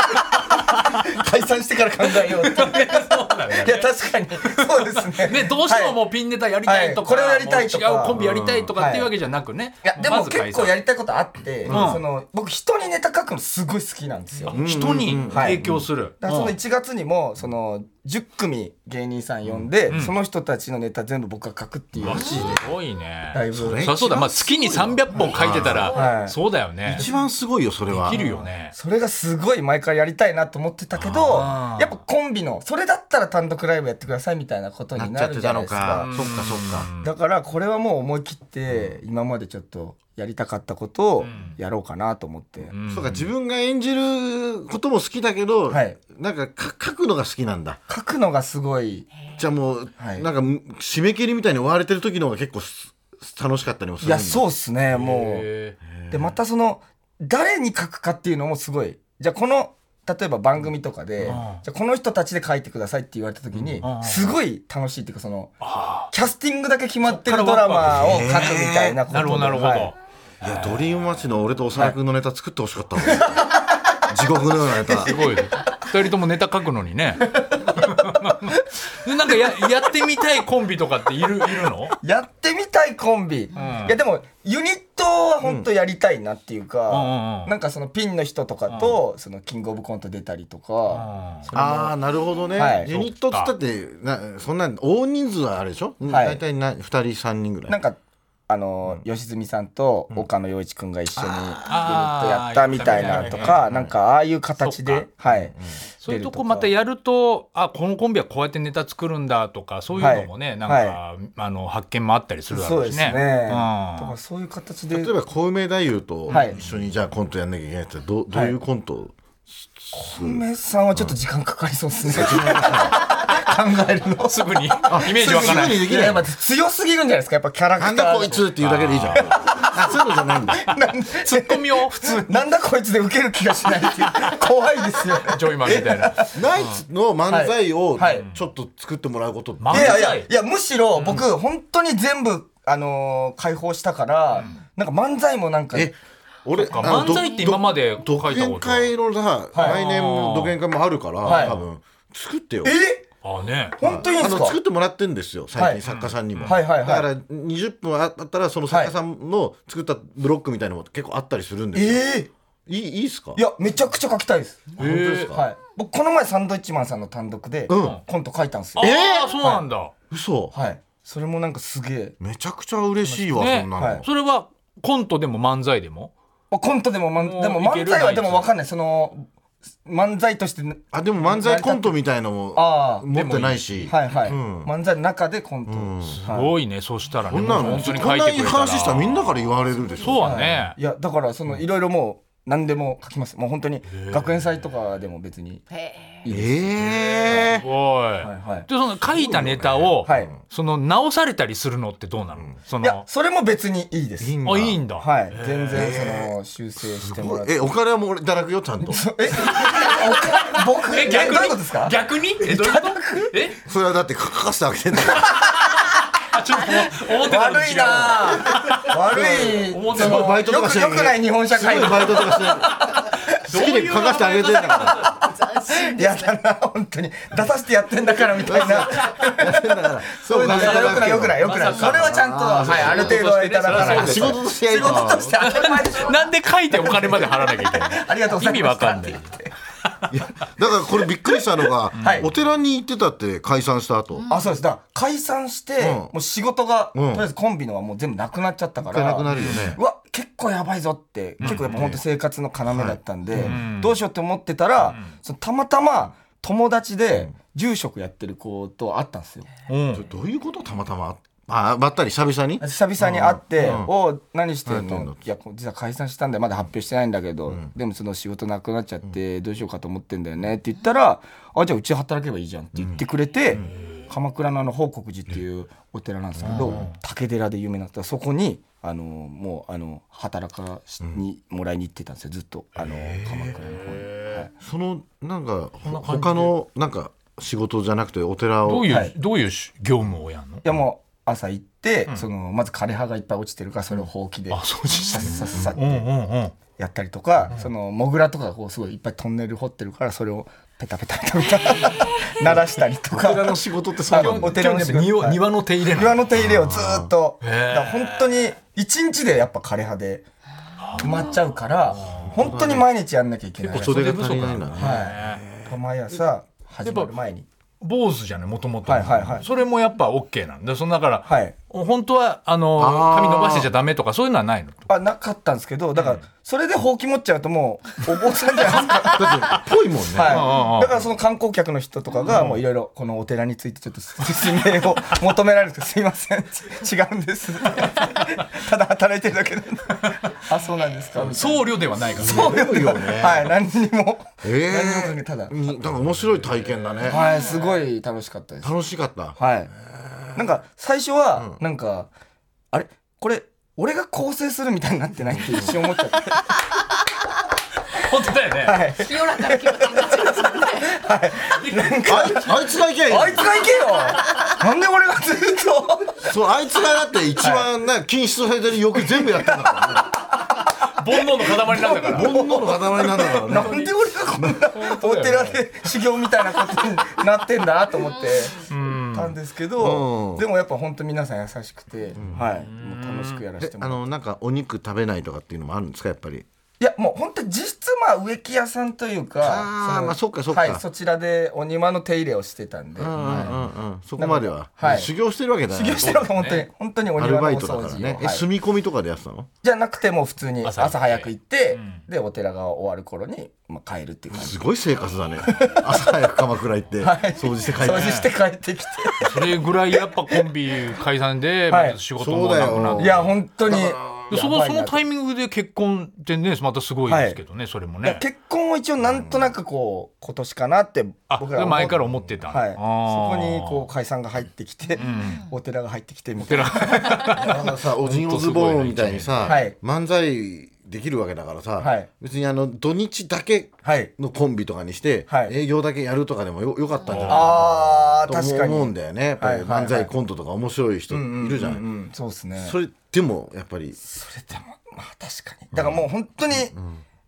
[SPEAKER 3] 解散してから考えようっていう
[SPEAKER 1] そうだね
[SPEAKER 3] いや確かにそうですね
[SPEAKER 1] ね、どうしても
[SPEAKER 3] はい
[SPEAKER 1] もうピンネタやりたいとか、
[SPEAKER 3] はいこれをやりたいとか
[SPEAKER 1] もう違うコンビやりたいとかっていうわけじゃなくね、
[SPEAKER 3] いやで
[SPEAKER 1] ま
[SPEAKER 3] も
[SPEAKER 1] ず
[SPEAKER 3] 結
[SPEAKER 1] 解
[SPEAKER 3] 構
[SPEAKER 1] 散
[SPEAKER 3] やりたいことあって、
[SPEAKER 1] ん
[SPEAKER 3] その僕人にネタ書くのすごい好きなんですよ。だか
[SPEAKER 1] 人に影響する、
[SPEAKER 3] らその1月にもその10組芸人さん呼んで、その人たちのネタ全部僕が書くっていう
[SPEAKER 1] マジですごいね
[SPEAKER 3] ライブ
[SPEAKER 2] それ
[SPEAKER 1] そりゃそうだ、まあ、月に300本書いてたら、
[SPEAKER 3] はい
[SPEAKER 1] そうだよね
[SPEAKER 2] 一番すごいよそれは
[SPEAKER 1] 切るよね
[SPEAKER 3] それがすごい毎回やりたいなと思ってたけど
[SPEAKER 1] あー
[SPEAKER 3] やっぱコンビのそれだったら単独ライブやってくださいみたいなこと
[SPEAKER 2] な
[SPEAKER 3] に
[SPEAKER 2] っちゃ
[SPEAKER 3] な
[SPEAKER 2] っ
[SPEAKER 3] る
[SPEAKER 2] て
[SPEAKER 3] じゃ
[SPEAKER 2] た
[SPEAKER 3] ない
[SPEAKER 2] の
[SPEAKER 3] ですか
[SPEAKER 2] か。そっかそっか
[SPEAKER 3] だからこれはもう思い切って今までちょっとやりたかったことをやろうかなと思って、
[SPEAKER 2] そうか自分が演じることも好きだけど、
[SPEAKER 3] はい
[SPEAKER 2] なんかか書くのが好きなんだ
[SPEAKER 3] 書くのがすごい
[SPEAKER 2] じゃあもう、
[SPEAKER 3] はい
[SPEAKER 2] なんか締め切りみたいに追われてる時の方が結構す楽しかったりもする
[SPEAKER 3] い
[SPEAKER 2] んだ
[SPEAKER 3] やそうっすねもう。
[SPEAKER 1] へー
[SPEAKER 3] でまたその誰に書くかっていうのもすごいじゃあこの例えば番組とかで、じゃあこの人たちで書いてくださいって言われた時に、すごい楽しいっていうかその、キャスティングだけ決まってるドラマを書くみたいなこと
[SPEAKER 1] なるほどなるほど、
[SPEAKER 3] はい
[SPEAKER 2] いやドリームマッチの俺と長田君のネタ作ってほしかったもん、地獄のようなネタ
[SPEAKER 1] すごい2人ともネタ書くのに ねなんかややってみたいコンビとかっているいるの
[SPEAKER 3] やってみたいコンビ、いやでもユニットは本当やりたいなっていうか、
[SPEAKER 1] んうんうん
[SPEAKER 3] なんかそのピンの人とかと、そのキングオブコント出たりとか、それも
[SPEAKER 2] ああなるほどね、
[SPEAKER 3] はい
[SPEAKER 2] ユニットっつったってなそんな大人数はあれでしょ、
[SPEAKER 3] はい
[SPEAKER 2] 大体な2人3人ぐらい
[SPEAKER 3] なんかあの、吉住さんと岡野陽一くんが一緒にユニットやっ
[SPEAKER 1] あー
[SPEAKER 3] たみたいなとか、なんかああいう形
[SPEAKER 1] そっ
[SPEAKER 3] で、はい、
[SPEAKER 1] そういうとこ
[SPEAKER 3] 出る
[SPEAKER 1] また
[SPEAKER 3] か
[SPEAKER 1] やるとあこのコンビはこうやってネタ作るんだとかそういうのもね、
[SPEAKER 3] はい
[SPEAKER 1] なんか、あの発見もあったりするだ
[SPEAKER 3] そ
[SPEAKER 1] ろ
[SPEAKER 3] う
[SPEAKER 1] う
[SPEAKER 3] で
[SPEAKER 1] し
[SPEAKER 3] す
[SPEAKER 1] ね。
[SPEAKER 3] ね。
[SPEAKER 1] うん
[SPEAKER 3] だからそういう形
[SPEAKER 2] 例
[SPEAKER 3] で
[SPEAKER 2] えば小梅太夫と
[SPEAKER 3] はい
[SPEAKER 2] 一緒にじゃあコントやんなきゃいけないってどどういうコント、
[SPEAKER 3] 梅さんはちょっと時間かかりそうですね。考 えるの。
[SPEAKER 1] すぐにイメージわからない。
[SPEAKER 2] すぐにでき
[SPEAKER 3] い
[SPEAKER 2] ない
[SPEAKER 3] ややっぱ強すぎるんじゃないですか。やっぱキャラク
[SPEAKER 2] な
[SPEAKER 3] ター
[SPEAKER 2] ん
[SPEAKER 3] が。
[SPEAKER 2] だこいつって言うだけでいいじゃんあそういうのじゃないんだ
[SPEAKER 1] ツッコミを普通
[SPEAKER 3] なんだこいつで受ける気がしないっていう。怖いですよね。
[SPEAKER 1] ジョイマンみたいな。
[SPEAKER 2] ナイツの漫才を
[SPEAKER 3] はいはい
[SPEAKER 2] ちょっと作ってもらうことって、
[SPEAKER 1] 漫
[SPEAKER 3] い
[SPEAKER 1] 才
[SPEAKER 3] やいやいやむしろ僕、本当に全部あのー解放したから、なんか漫才もなんか
[SPEAKER 2] え俺
[SPEAKER 1] か
[SPEAKER 2] あのど
[SPEAKER 1] 漫才って今まで
[SPEAKER 2] ど
[SPEAKER 1] 書いたこと
[SPEAKER 2] 独演会のさ、
[SPEAKER 3] はい
[SPEAKER 2] 来年も独演会もあるから、
[SPEAKER 3] はい
[SPEAKER 2] 多分作ってよ
[SPEAKER 3] え
[SPEAKER 1] あね。
[SPEAKER 3] 本当にいいん
[SPEAKER 2] あ
[SPEAKER 3] です
[SPEAKER 2] の
[SPEAKER 3] か
[SPEAKER 2] 作ってもらってんですよ最
[SPEAKER 3] はい
[SPEAKER 2] 近作家さんにも、
[SPEAKER 3] はいはいはい
[SPEAKER 2] だから20分あったらその作家さんの作ったブロックみたいなのも結構あったりするんですよ、
[SPEAKER 3] ええ
[SPEAKER 2] いいいいっすか
[SPEAKER 3] いやめちゃくちゃ書きたいです、
[SPEAKER 2] 本当ですか、
[SPEAKER 3] はい、僕この前サンドイッチマンさんの単独で
[SPEAKER 2] うん
[SPEAKER 3] コント書いたんですよ、
[SPEAKER 1] ああそうなんだ。
[SPEAKER 2] 嘘
[SPEAKER 3] はいそれもなんかすげえ
[SPEAKER 2] めちゃくちゃ嬉しいわ、
[SPEAKER 1] ね
[SPEAKER 2] そんなの、
[SPEAKER 3] はい
[SPEAKER 1] それはコントでも漫才でも
[SPEAKER 3] あコントでも漫
[SPEAKER 1] もう
[SPEAKER 3] でも漫才はでも分かんないその漫才としてね
[SPEAKER 2] あでも漫才コントみたいのも
[SPEAKER 3] あ
[SPEAKER 2] 持ってないし
[SPEAKER 3] あはいはい、
[SPEAKER 2] うん
[SPEAKER 3] 漫才の中でコント、
[SPEAKER 2] うん
[SPEAKER 1] す
[SPEAKER 3] はい
[SPEAKER 1] ごいね、そしたらね
[SPEAKER 2] こんなの
[SPEAKER 1] もう
[SPEAKER 2] 本
[SPEAKER 1] 本当
[SPEAKER 2] 当
[SPEAKER 1] に
[SPEAKER 2] に
[SPEAKER 1] 書
[SPEAKER 2] こん
[SPEAKER 1] いてく
[SPEAKER 2] なに
[SPEAKER 1] れたら
[SPEAKER 2] 話したらみんなから言われるでしょ
[SPEAKER 1] そうは
[SPEAKER 3] は
[SPEAKER 1] ね
[SPEAKER 3] い、いやだからそのいろいろもう何でも書きますもう本当に学園祭とかでも別に
[SPEAKER 4] へ
[SPEAKER 3] いいです
[SPEAKER 2] ええ
[SPEAKER 1] すごい、
[SPEAKER 3] はいは
[SPEAKER 1] で
[SPEAKER 3] い
[SPEAKER 1] その書いたネタを、
[SPEAKER 3] はい
[SPEAKER 1] その直されたりするのってどうなの、そ
[SPEAKER 3] いや
[SPEAKER 1] の
[SPEAKER 3] それも別にいいです
[SPEAKER 2] いいんだ
[SPEAKER 1] あいいんだ、
[SPEAKER 3] はい全然その修正してもらって
[SPEAKER 2] えお金はもういただくよちゃんとそ
[SPEAKER 3] え僕えどういうことですか
[SPEAKER 1] 逆にえどういうことえ
[SPEAKER 2] れはだって書かせてあげてんだから
[SPEAKER 1] あちょっと思ってたのと
[SPEAKER 3] 悪
[SPEAKER 1] 違
[SPEAKER 3] いうなぁ悪い
[SPEAKER 1] 思って
[SPEAKER 3] そ
[SPEAKER 1] た
[SPEAKER 3] の
[SPEAKER 2] バイトとかして
[SPEAKER 3] よくよくない日本社
[SPEAKER 2] すごい
[SPEAKER 3] 会
[SPEAKER 2] バイトとかして ない好きで書かせてあげてんだか
[SPEAKER 3] やだな本当に出させてやってんだからみたいな
[SPEAKER 2] らそう
[SPEAKER 3] よく
[SPEAKER 2] 書かせてあ
[SPEAKER 3] ないよくな
[SPEAKER 2] げ
[SPEAKER 3] いよくない
[SPEAKER 1] まさか
[SPEAKER 3] それはちゃんとはいある程度はいただか
[SPEAKER 1] そ
[SPEAKER 3] な
[SPEAKER 1] う
[SPEAKER 3] い
[SPEAKER 1] で
[SPEAKER 2] て
[SPEAKER 1] す
[SPEAKER 2] 仕事としてやりたい
[SPEAKER 3] 仕事として当たり前でしょ
[SPEAKER 1] なんで書いてお金まで払わなきゃいけない の
[SPEAKER 3] ありがとうございます
[SPEAKER 1] 意味わかんない
[SPEAKER 2] だからこれびっくりしたのが、
[SPEAKER 3] はい
[SPEAKER 2] お寺に行ってたって解散した後、
[SPEAKER 3] あそうですだから解散して、
[SPEAKER 2] ん
[SPEAKER 3] もう仕事が、
[SPEAKER 2] うん
[SPEAKER 3] とりあえずコンビのはもう全部なくなっちゃったか
[SPEAKER 2] 一回
[SPEAKER 3] ら
[SPEAKER 2] なくなるよね
[SPEAKER 3] うわ結構やばいぞって、結構やっぱ本当生活の要だったんで、
[SPEAKER 1] ん
[SPEAKER 3] どうしようって思ってたら、そのたまたま友達で住職やってる子と会ったんですよ、
[SPEAKER 1] うん
[SPEAKER 2] どういうことたまたまあばったり久々に
[SPEAKER 3] 久々に会って「
[SPEAKER 2] うん
[SPEAKER 3] おう何してん
[SPEAKER 2] 何やってん
[SPEAKER 3] の
[SPEAKER 2] の?」
[SPEAKER 3] いや実は解散したんでまだ発表してないんだけど、でもその仕事なくなっちゃってどうしようかと思ってんだよね」って言ったら「あじゃあうちで働けばいいじゃん」って言ってくれて、鎌倉のあの報国寺っていうお寺なんですけど、竹寺で有名なったそこに。あのもうあの働かしにもらいに行ってたんですよずっとあの鎌倉の方に、はい
[SPEAKER 2] そのなんか
[SPEAKER 1] んな感じで
[SPEAKER 2] 他のなんか仕事じゃなくてお寺を
[SPEAKER 1] どういう、
[SPEAKER 3] はい
[SPEAKER 1] どういうし業務をやんの
[SPEAKER 3] いやもう朝行って、そのまず枯葉がいっぱい落ちてるからそれをほうきで
[SPEAKER 1] あ掃除し
[SPEAKER 3] さ
[SPEAKER 1] た
[SPEAKER 3] っ
[SPEAKER 1] り
[SPEAKER 3] さっさっ
[SPEAKER 1] うんうんうん
[SPEAKER 3] やったりとか、そのモグラとかがこうすごいいっぱいトンネル掘ってるからそれをペタペタペタペ タ鳴らしたりと
[SPEAKER 2] お寺
[SPEAKER 3] か
[SPEAKER 2] の仕事ってそうなんだ
[SPEAKER 3] お寺の仕事
[SPEAKER 1] 庭
[SPEAKER 3] はい
[SPEAKER 1] 庭の手入れなの
[SPEAKER 3] 庭の手入れをずーっとだ
[SPEAKER 1] へ
[SPEAKER 3] か
[SPEAKER 1] ー
[SPEAKER 3] ら本当に一日でやっぱ枯葉で埋まっちゃうから本当に毎日やんなきゃいけない
[SPEAKER 2] 人手が足りないんだね
[SPEAKER 3] はい毎朝始まる前に
[SPEAKER 1] 坊主じゃないもともと
[SPEAKER 3] はいはいはい
[SPEAKER 1] それもやっぱ OK なんでそのだから、
[SPEAKER 3] はい
[SPEAKER 1] 本当はあの
[SPEAKER 2] あー
[SPEAKER 1] 髪伸ばしてちゃダメとかそういうのはないの
[SPEAKER 3] あなかったんですけどだからそれでほうき持っちゃうともうお坊さんじゃないですか
[SPEAKER 2] だってぽいもんね、
[SPEAKER 1] うんうんうん
[SPEAKER 3] はい、だからその観光客の人とかがもういろいろこのお寺についてちょっと説明を求められるんですけどすいませんち違うんですただ働いてるだけなんであそうなんですかみたいな
[SPEAKER 1] 僧侶ではないからね
[SPEAKER 3] そういうよねはい何にも、
[SPEAKER 2] え
[SPEAKER 3] 何にもかけただ
[SPEAKER 2] えー、だから面白い体験だね、
[SPEAKER 3] はいすごい楽しかったです
[SPEAKER 2] 楽しか った
[SPEAKER 3] はいなんか最初はなんか、あれこれ俺が構成するみたいになってないって一瞬思っちゃって
[SPEAKER 1] 本当だよね、
[SPEAKER 3] はい
[SPEAKER 4] え清らかな気持ちになっちゃいますね
[SPEAKER 2] あいあいつが行け
[SPEAKER 3] あいつが行けよなんで俺がずっと
[SPEAKER 2] そうあいつがだって一番な禁止されてる欲全部やってんだか
[SPEAKER 1] 煩悩の塊なんだからら
[SPEAKER 2] ね 煩悩の塊なんだから ね
[SPEAKER 3] なんで俺がこんなお寺で修行みたいなことになってんだと思ってたんですけ
[SPEAKER 2] う
[SPEAKER 3] ど
[SPEAKER 2] ん
[SPEAKER 3] でもやっぱ本当皆さん優しくて、はい、もう楽しくやらせ
[SPEAKER 2] え
[SPEAKER 3] ても
[SPEAKER 2] あ
[SPEAKER 3] らって
[SPEAKER 2] のなんかお肉食べないとかっていうのもあるんですかやっぱり
[SPEAKER 3] いやもう本当に実質まあ植木屋さんというか
[SPEAKER 2] あー
[SPEAKER 3] の
[SPEAKER 2] まあそっかそっか
[SPEAKER 3] はい、そちらでお庭の手入れをしてたんで、
[SPEAKER 2] うんうん
[SPEAKER 3] は
[SPEAKER 2] うんうんそこまでは、
[SPEAKER 3] はい
[SPEAKER 2] 修行してるわけだ
[SPEAKER 3] い、修行してるのが本当に、本当にお
[SPEAKER 2] ア
[SPEAKER 3] 庭
[SPEAKER 2] ル
[SPEAKER 3] のお
[SPEAKER 2] バイ
[SPEAKER 3] 掃
[SPEAKER 2] トだから
[SPEAKER 3] 除を、
[SPEAKER 2] ね、え
[SPEAKER 3] はい
[SPEAKER 2] 住み込みとかでやってたの
[SPEAKER 3] じゃなくてもう普通に
[SPEAKER 1] 朝
[SPEAKER 3] 朝早く行って、でお寺が終わる頃に、まあ、帰るっていう感じ
[SPEAKER 2] すごい生活だね 朝早く鎌倉行って、掃除して帰っ
[SPEAKER 3] 掃
[SPEAKER 2] て
[SPEAKER 3] 除して帰ってきて
[SPEAKER 1] それぐらいやっぱコンビ解散で、
[SPEAKER 3] はい
[SPEAKER 1] 仕事もなくなっ
[SPEAKER 2] そうだよ
[SPEAKER 1] て
[SPEAKER 3] いや本当に
[SPEAKER 1] でそ
[SPEAKER 3] や
[SPEAKER 1] の
[SPEAKER 3] ばい
[SPEAKER 1] そ
[SPEAKER 3] な
[SPEAKER 1] のタイミングで結婚ってねまたすごいですけどね、それも
[SPEAKER 3] いや
[SPEAKER 1] ね
[SPEAKER 3] 結婚を一応なんとなくこう今年かなって
[SPEAKER 1] あ
[SPEAKER 3] 僕らは思っ
[SPEAKER 1] 前から思ってた
[SPEAKER 3] はい、
[SPEAKER 1] あー
[SPEAKER 3] そこにこう解散が入ってきて、お寺が入ってきてみたいな
[SPEAKER 2] なんかさ、オジンオズボーンみたいにさ、
[SPEAKER 3] はい
[SPEAKER 2] 漫才できるわけだからさ、
[SPEAKER 3] はい
[SPEAKER 2] 別にあの土日だけ
[SPEAKER 3] はい
[SPEAKER 2] のコンビとかにして、
[SPEAKER 3] はい
[SPEAKER 2] 営業だけやるとかでもよよかったんじゃない
[SPEAKER 3] あー
[SPEAKER 2] かな
[SPEAKER 3] 確
[SPEAKER 2] と
[SPEAKER 3] かに
[SPEAKER 2] 思うんだよね。やっぱり
[SPEAKER 3] はいはいはい
[SPEAKER 2] 漫才コントとか面白い人いるじゃない。
[SPEAKER 3] うんうんうんそうですね
[SPEAKER 2] それでもやっぱり
[SPEAKER 3] それでもまあ確かにだからもう本当に、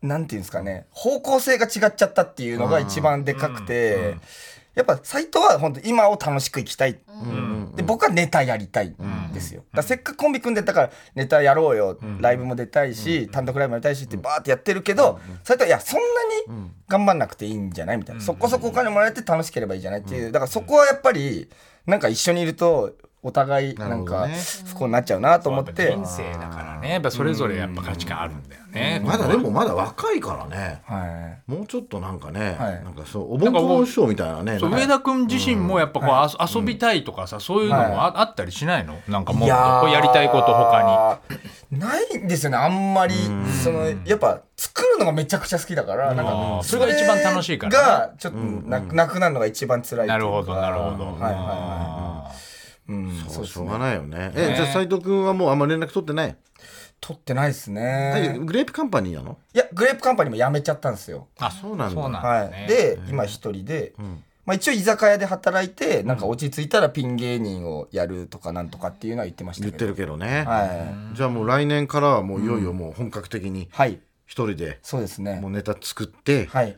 [SPEAKER 3] なんていうんですかね方向性が違っちゃったっていうのが一番でかくて、やっぱ斎藤は本当今を楽しく生きたい、で僕はネタやりたいんですよ、だからせっかくコンビ組んでたからネタやろうよ、ライブも出たいし、単独ライブもやりたいしってバーってやってるけど斎、藤はいやそんなに頑張んなくていいんじゃないみたいな、そこそこお金もらえて楽しければいいじゃないっていうだからそこはやっぱりなんか一緒にいるとお互いな
[SPEAKER 2] なる
[SPEAKER 3] んか
[SPEAKER 2] ほどね
[SPEAKER 3] 不幸になっちゃうなと思って、
[SPEAKER 1] 人生だからねやっぱそれぞれやっぱ価値観あるんだよね
[SPEAKER 2] まだでもまだ若いからね
[SPEAKER 3] はい
[SPEAKER 2] もうちょっとなんかね、
[SPEAKER 3] はい
[SPEAKER 2] なんかそうおぼんこぼん師匠みたいなね
[SPEAKER 1] そう
[SPEAKER 2] なんか
[SPEAKER 1] 上田君自身もやっぱこう、あそ遊びたいとかさそういうのもあ,、ったりしないのなんかもうこうやりたいこと他
[SPEAKER 3] にないんですよねあんまりそのやっぱ作るのがめちゃくちゃ好きだからなん
[SPEAKER 1] あー
[SPEAKER 3] か
[SPEAKER 1] それが一番楽しいからね
[SPEAKER 3] がちょっとなくなくなるのが一番辛
[SPEAKER 1] に
[SPEAKER 3] いってい
[SPEAKER 1] な
[SPEAKER 3] うか
[SPEAKER 1] るほどなるほど、
[SPEAKER 3] はいは
[SPEAKER 2] そ
[SPEAKER 3] いはいうん
[SPEAKER 2] う
[SPEAKER 3] そうで
[SPEAKER 2] し
[SPEAKER 3] す
[SPEAKER 2] ょう
[SPEAKER 3] ね
[SPEAKER 2] がないよねえ
[SPEAKER 1] ね
[SPEAKER 2] じゃあ斎藤君はもうあんま連絡取ってない、
[SPEAKER 3] 取ってないです
[SPEAKER 2] え
[SPEAKER 3] ね
[SPEAKER 2] グレープカンパニーなの
[SPEAKER 3] いやグレープカンパニーも辞めちゃったんですよ
[SPEAKER 1] あ
[SPEAKER 2] そうなんだ
[SPEAKER 1] そうなん
[SPEAKER 3] は
[SPEAKER 1] だ
[SPEAKER 3] い、
[SPEAKER 1] ね、
[SPEAKER 3] で今一人で、まあ、一応居酒屋で働いてなんか落ち着いたらピン芸人をやるとかなんとかっていうのは言ってました
[SPEAKER 2] 言
[SPEAKER 3] け
[SPEAKER 2] っ
[SPEAKER 3] ど
[SPEAKER 2] てるけどね、
[SPEAKER 3] は
[SPEAKER 2] じゃあもう来年からはもういよいよもう本格的に
[SPEAKER 3] い、はい、
[SPEAKER 2] 一人で
[SPEAKER 3] そうですね
[SPEAKER 2] もうネタ作って、
[SPEAKER 3] はい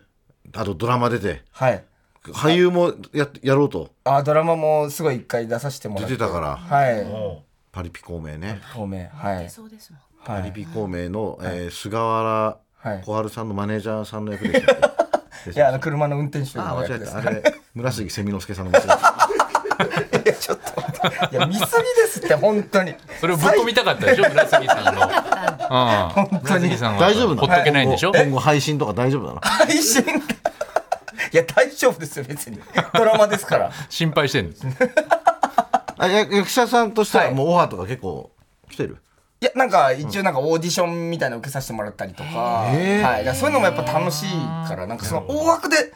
[SPEAKER 2] あとドラマ出て
[SPEAKER 3] はい
[SPEAKER 2] 俳優もややろうと
[SPEAKER 3] あドラマもすごい一回出させても
[SPEAKER 2] 出
[SPEAKER 3] らってて
[SPEAKER 2] たから
[SPEAKER 3] はい
[SPEAKER 2] パリピ孔明ね
[SPEAKER 3] 透明はい
[SPEAKER 4] そうですもん。
[SPEAKER 3] は
[SPEAKER 2] パリ
[SPEAKER 3] い、
[SPEAKER 2] ピ孔明の、えー菅原
[SPEAKER 3] はい、
[SPEAKER 2] 小春さんのマネージャーさんの役でしたっけ
[SPEAKER 3] いやあの車の運転手
[SPEAKER 2] あ
[SPEAKER 3] の
[SPEAKER 2] 間違
[SPEAKER 3] やつ
[SPEAKER 2] え
[SPEAKER 3] です
[SPEAKER 2] た
[SPEAKER 3] ね
[SPEAKER 2] あれ村杉セミ之助さんの間違えた
[SPEAKER 3] いやちょっと待っていや見すぎですって本当に
[SPEAKER 1] それをぶっ込みたかったでしょ村杉さんの、うん、村杉さんは
[SPEAKER 2] 大丈夫なの
[SPEAKER 1] ほっとけないんでしょ、
[SPEAKER 2] 今後今後配信とか大丈夫なの
[SPEAKER 3] 配信がいや大丈夫ですよ別にドラマですから
[SPEAKER 1] 心配してるんです
[SPEAKER 2] あや役者さんとしては
[SPEAKER 3] はい
[SPEAKER 2] もうオファーとか結構来てる、
[SPEAKER 3] いやなんか一応なんかオーディションみたいなの受けさせてもらったりとか、
[SPEAKER 2] へー
[SPEAKER 3] はい、だからそういうのもやっぱ楽しいからなんかその大枠で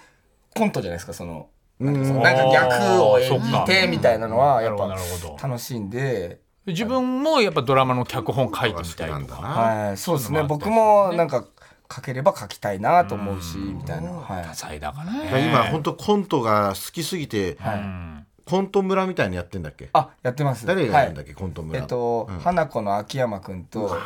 [SPEAKER 3] コントじゃないですかそのなんかそのなんか役を演
[SPEAKER 1] そ
[SPEAKER 3] じ
[SPEAKER 1] っか
[SPEAKER 3] てみたいなのはや
[SPEAKER 1] なる
[SPEAKER 3] っ
[SPEAKER 1] ほどなるほ
[SPEAKER 3] ぱ楽しいんで、
[SPEAKER 1] 自分もやっぱドラマの脚本書いてみたい
[SPEAKER 2] なん
[SPEAKER 1] と
[SPEAKER 2] だ
[SPEAKER 1] か
[SPEAKER 2] な、
[SPEAKER 3] はい、そうですね僕もなんか書ければ書きたいなと思うしみたいな、はい、
[SPEAKER 1] 多彩だからね
[SPEAKER 2] 今本当コントが好きすぎて、
[SPEAKER 1] うん
[SPEAKER 2] コント村みたいにやってんだっけ
[SPEAKER 3] あやってます
[SPEAKER 2] 誰がやるんだっ
[SPEAKER 3] け、
[SPEAKER 2] け、コント
[SPEAKER 3] はい、
[SPEAKER 2] 村
[SPEAKER 3] えっと、花子の秋山くんと